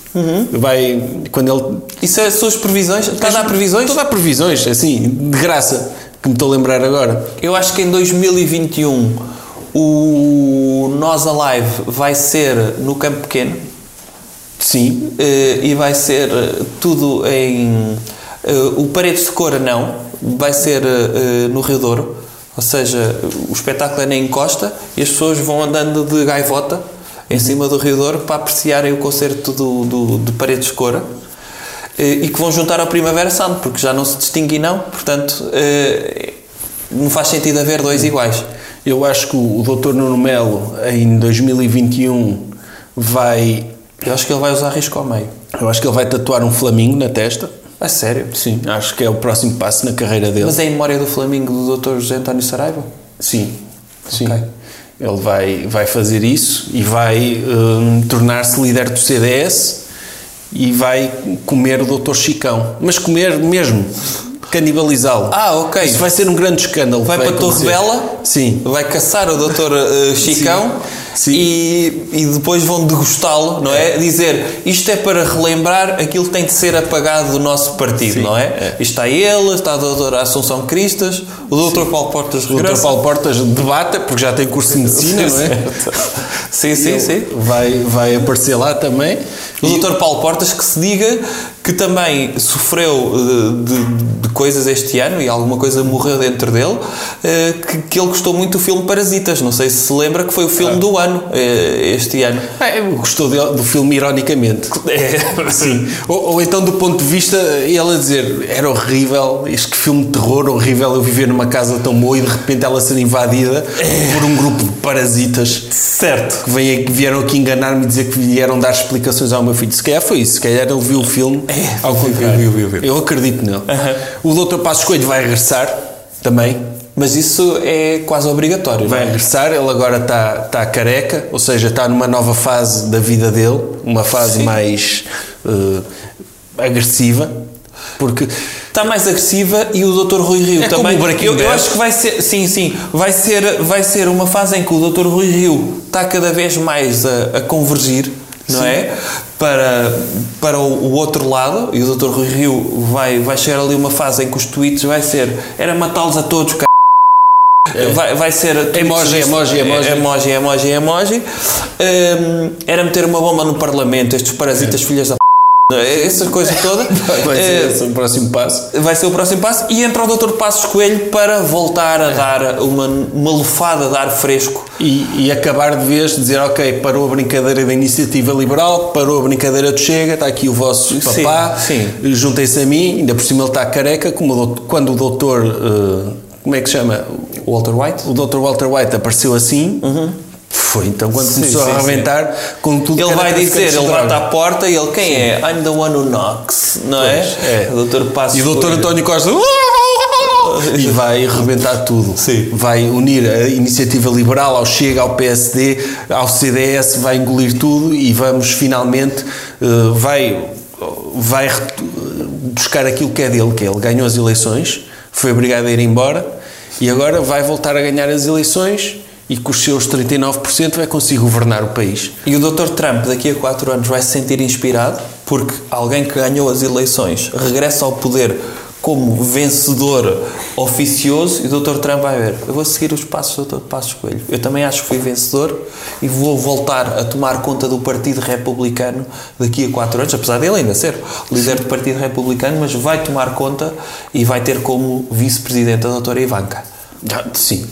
Speaker 1: Vai, quando ele
Speaker 2: Isso é as suas previsões? Está a dar previsões?
Speaker 1: Estou a dar previsões, assim, de graça, que me estou a lembrar agora.
Speaker 2: Eu acho que em 2021 o Nós Alive vai ser no Campo Pequeno
Speaker 1: Sim,
Speaker 2: eh, e vai ser eh, tudo em. eh, o Paredes de Cora não, vai ser eh, eh, no Rio Douro, ou seja, o espetáculo é na encosta e as pessoas vão andando de gaivota em cima do Rio Douro para apreciarem o concerto do, do, do Paredes de Cora. eh, E que vão juntar ao Primavera Sound, porque já não se distingue, não, portanto, eh, não faz sentido haver dois iguais.
Speaker 1: Eu acho que o Dr. Nuno Melo, em 2021, vai.
Speaker 2: Eu acho que ele vai usar risco ao meio.
Speaker 1: Eu acho que ele vai tatuar um flamingo na testa.
Speaker 2: A sério?
Speaker 1: Sim, acho que é o próximo passo na carreira dele.
Speaker 2: Mas é em memória do Flamengo do Dr. José António Saraiva?
Speaker 1: Sim, sim.
Speaker 2: Ok.
Speaker 1: Ele vai, vai fazer isso e vai hum, tornar-se líder do CDS e vai comer o Dr. Chicão. Mas comer mesmo, canibalizá-lo.
Speaker 2: Ah, ok.
Speaker 1: Isso vai ser um grande escândalo.
Speaker 2: Vai
Speaker 1: que
Speaker 2: para a Torre
Speaker 1: acontecer.
Speaker 2: Bela?
Speaker 1: Sim.
Speaker 2: Vai caçar o Dr.
Speaker 1: [LAUGHS]
Speaker 2: eh, Chicão
Speaker 1: Sim.
Speaker 2: E, e depois vão degustá-lo, não é? Dizer isto é para relembrar aquilo que tem de ser apagado do nosso partido,
Speaker 1: Sim,
Speaker 2: não é?
Speaker 1: é.
Speaker 2: Está ele, está a doutora Assunção Cristas, o Dr. Paulo Portas
Speaker 1: O
Speaker 2: regressa.
Speaker 1: Dr. Paulo Portas debate, porque já tem curso de medicina,
Speaker 2: [LAUGHS]
Speaker 1: não é?
Speaker 2: Sim, sim,
Speaker 1: Ele
Speaker 2: sim.
Speaker 1: Vai, vai aparecer lá também.
Speaker 2: O
Speaker 1: E-
Speaker 2: Dr. Paulo Portas que se diga que também sofreu eh, de, de coisas este ano e alguma coisa morreu dentro dele, eh, que, que ele gostou muito do filme Parasitas. Não sei se se lembra que foi o
Speaker 1: Ah.
Speaker 2: filme do ano eh, este ano.
Speaker 1: É, gostou de- do filme ironicamente. É, sim. Ou, ou então do ponto de vista, ele a dizer, era horrível, este filme de terror horrível, eu viver numa casa tão boa e de repente ela ser invadida por um grupo de parasitas. Certo. Que, vêm- que vieram aqui enganar-me e dizer que vieram dar explicações ao meu filho. Se calhar foi isso, se calhar ele viu o filme ao contrário.
Speaker 2: viu, viu, viu.
Speaker 1: Eu acredito nele. O Dr. Passos Coelho vai regressar também.
Speaker 2: Mas isso é quase obrigatório. não é?
Speaker 1: Vai regressar, ele agora está tá careca, ou seja, está numa nova fase da vida dele, uma fase
Speaker 2: Sim.
Speaker 1: mais eh, agressiva, porque
Speaker 2: Está Tá mais agressiva e o Dr. Rui Rio
Speaker 1: É como
Speaker 2: também.
Speaker 1: o Breaking
Speaker 2: eu, eu
Speaker 1: Bad.
Speaker 2: acho que vai ser, sim, sim, vai ser, vai ser uma fase em que o Dr. Rui Rio está cada vez mais a, a convergir, não é? Para, para o, o outro lado, e o Dr. Rui Rio vai, vai chegar ali uma fase em que os tweets vai ser era matá-los a todos, c... Vai, vai ser
Speaker 1: É. Emoji, emoji, emoji.
Speaker 2: É, emoji, emoji, emoji. Hum, era meter uma bomba no parlamento, estes parasitas filhas da p... não é? essa coisa
Speaker 1: [LAUGHS]
Speaker 2: toda.
Speaker 1: vai ser
Speaker 2: Eh,
Speaker 1: esse o próximo passo.
Speaker 2: vai ser o próximo passo e entra o Dr. Passos Coelho para voltar a dar uma, uma lufada de ar fresco.
Speaker 1: E, e acabar de vez de dizer, ok, parou a brincadeira da iniciativa liberal, parou a brincadeira do Chega, está aqui o vosso
Speaker 2: Sim,
Speaker 1: papá,
Speaker 2: sim.
Speaker 1: juntem-se a mim, ainda por cima ele está careca, como o doutor- quando o doutor, eh, como é que se chama?
Speaker 2: Walter White? Uhum.
Speaker 1: O Dr. Walter White apareceu assim, foi então quando
Speaker 2: Sim,
Speaker 1: começou
Speaker 2: sim,
Speaker 1: a
Speaker 2: sim.
Speaker 1: arrebentar com tudo que
Speaker 2: Ele
Speaker 1: era
Speaker 2: é vai
Speaker 1: traficante
Speaker 2: dizer,
Speaker 1: de
Speaker 2: ele
Speaker 1: droga.
Speaker 2: bate à porta e ele, quem é? I'm the one who knocks, não é?
Speaker 1: é.
Speaker 2: O então Dr. Passos
Speaker 1: E o Dr.
Speaker 2: Coelho.
Speaker 1: António Costa e vai arrebentar tudo.
Speaker 2: Sim.
Speaker 1: Vai unir a iniciativa liberal ao Chega, ao PSD, ao CDS, vai engolir tudo e vamos finalmente eh, vai vai retu- buscar aquilo que é dele, que é ele ganhou as eleições, foi obrigado a ir embora e agora vai voltar a ganhar as eleições e com os seus 39% vai conseguir governar o país.
Speaker 2: E o Dr. Trump daqui a 4 anos vai se sentir inspirado porque alguém que ganhou as eleições regressa ao poder como vencedor oficioso e o Dr. Trump vai ver, eu vou seguir os passos do Dr. Passos Coelho. Eu também acho que fui vencedor e vou voltar a tomar conta do Partido Republicano daqui a 4 anos, apesar dele ainda ser líder do Partido Republicano, mas vai tomar conta e vai ter como vice-presidente a Dra. Ivanka.
Speaker 1: Ah, sim.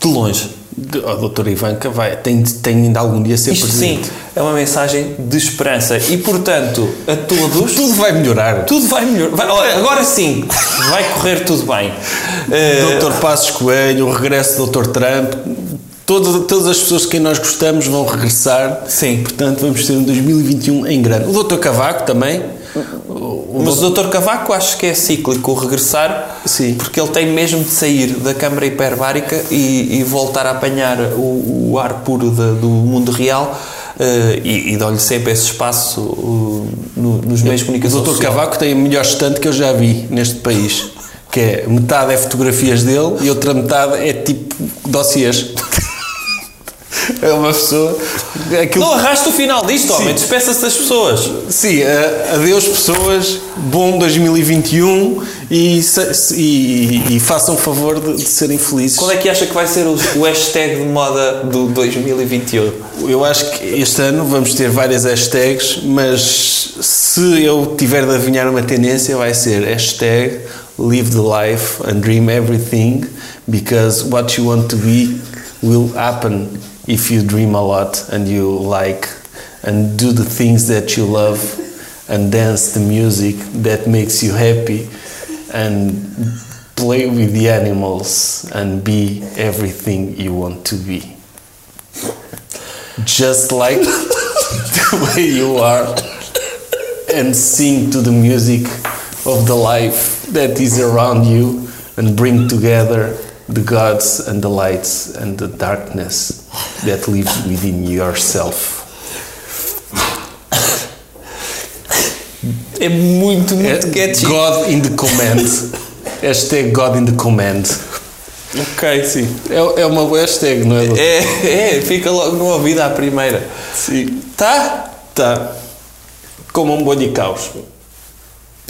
Speaker 2: De longe.
Speaker 1: De- A doutora Ivanka vai, tem, de- tem ainda algum dia ser
Speaker 2: Isto
Speaker 1: presidente.
Speaker 2: sim é uma mensagem de esperança e portanto a todos
Speaker 1: Tudo vai melhorar.
Speaker 2: tudo vai melhor. Vai- olha, agora sim vai correr tudo bem. Eh,
Speaker 1: Dr. Passos Coelho, o regresso do Dr. Trump, todas, todas as pessoas de quem nós gostamos vão regressar.
Speaker 2: Sim.
Speaker 1: Portanto, vamos ter um 2021 em grande. O Dr. Cavaco também. O- o-
Speaker 2: mas o Dr. Cavaco acho que é cíclico o regressar
Speaker 1: Sim.
Speaker 2: porque ele tem mesmo de sair da câmara hiperbárica e, e voltar a apanhar o, o ar puro da- do mundo real eh, e, e dá-lhe sempre esse espaço uh, no- nos meios de
Speaker 1: O
Speaker 2: comunicação.
Speaker 1: Dr.
Speaker 2: social.
Speaker 1: Cavaco tem a melhor estante que eu já vi neste país. Que é metade é fotografias dele e outra metade é tipo dossiês. [LAUGHS] É uma pessoa. Aquilo
Speaker 2: Não arrasta o final disto,
Speaker 1: Sim.
Speaker 2: homem. Despeça-se das pessoas.
Speaker 1: Sim, a- adeus pessoas, bom 2021 e, se- se- e- e façam favor de, de serem felizes.
Speaker 2: Qual é que acha que vai ser o, o hashtag de moda do 2021?
Speaker 1: Eu acho que este ano vamos ter várias hashtags, mas se eu tiver de adivinhar uma tendência vai ser hashtag live the life and dream everything because what you want to be will happen if you dream a lot and you like and do the things that you love and dance the music that makes you happy and play with the animals and be everything you want to be just like [LAUGHS] the way you are and sing to the music of the life that is around you and bring together the gods and the lights and the darkness that lives within yourself.
Speaker 2: É muito,
Speaker 1: É
Speaker 2: muito catchy.
Speaker 1: Eh, God in the command. Hashtag God in the command.
Speaker 2: Ok, sim.
Speaker 1: É, é uma boa hashtag, não é? doutor?
Speaker 2: É, é, fica logo no ouvido à primeira.
Speaker 1: Sim.
Speaker 2: Tá?
Speaker 1: Tá. Como um bom de caos.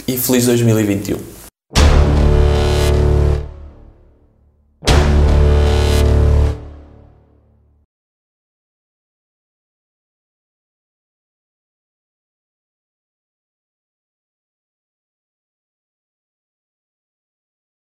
Speaker 2: E um. feliz 2021.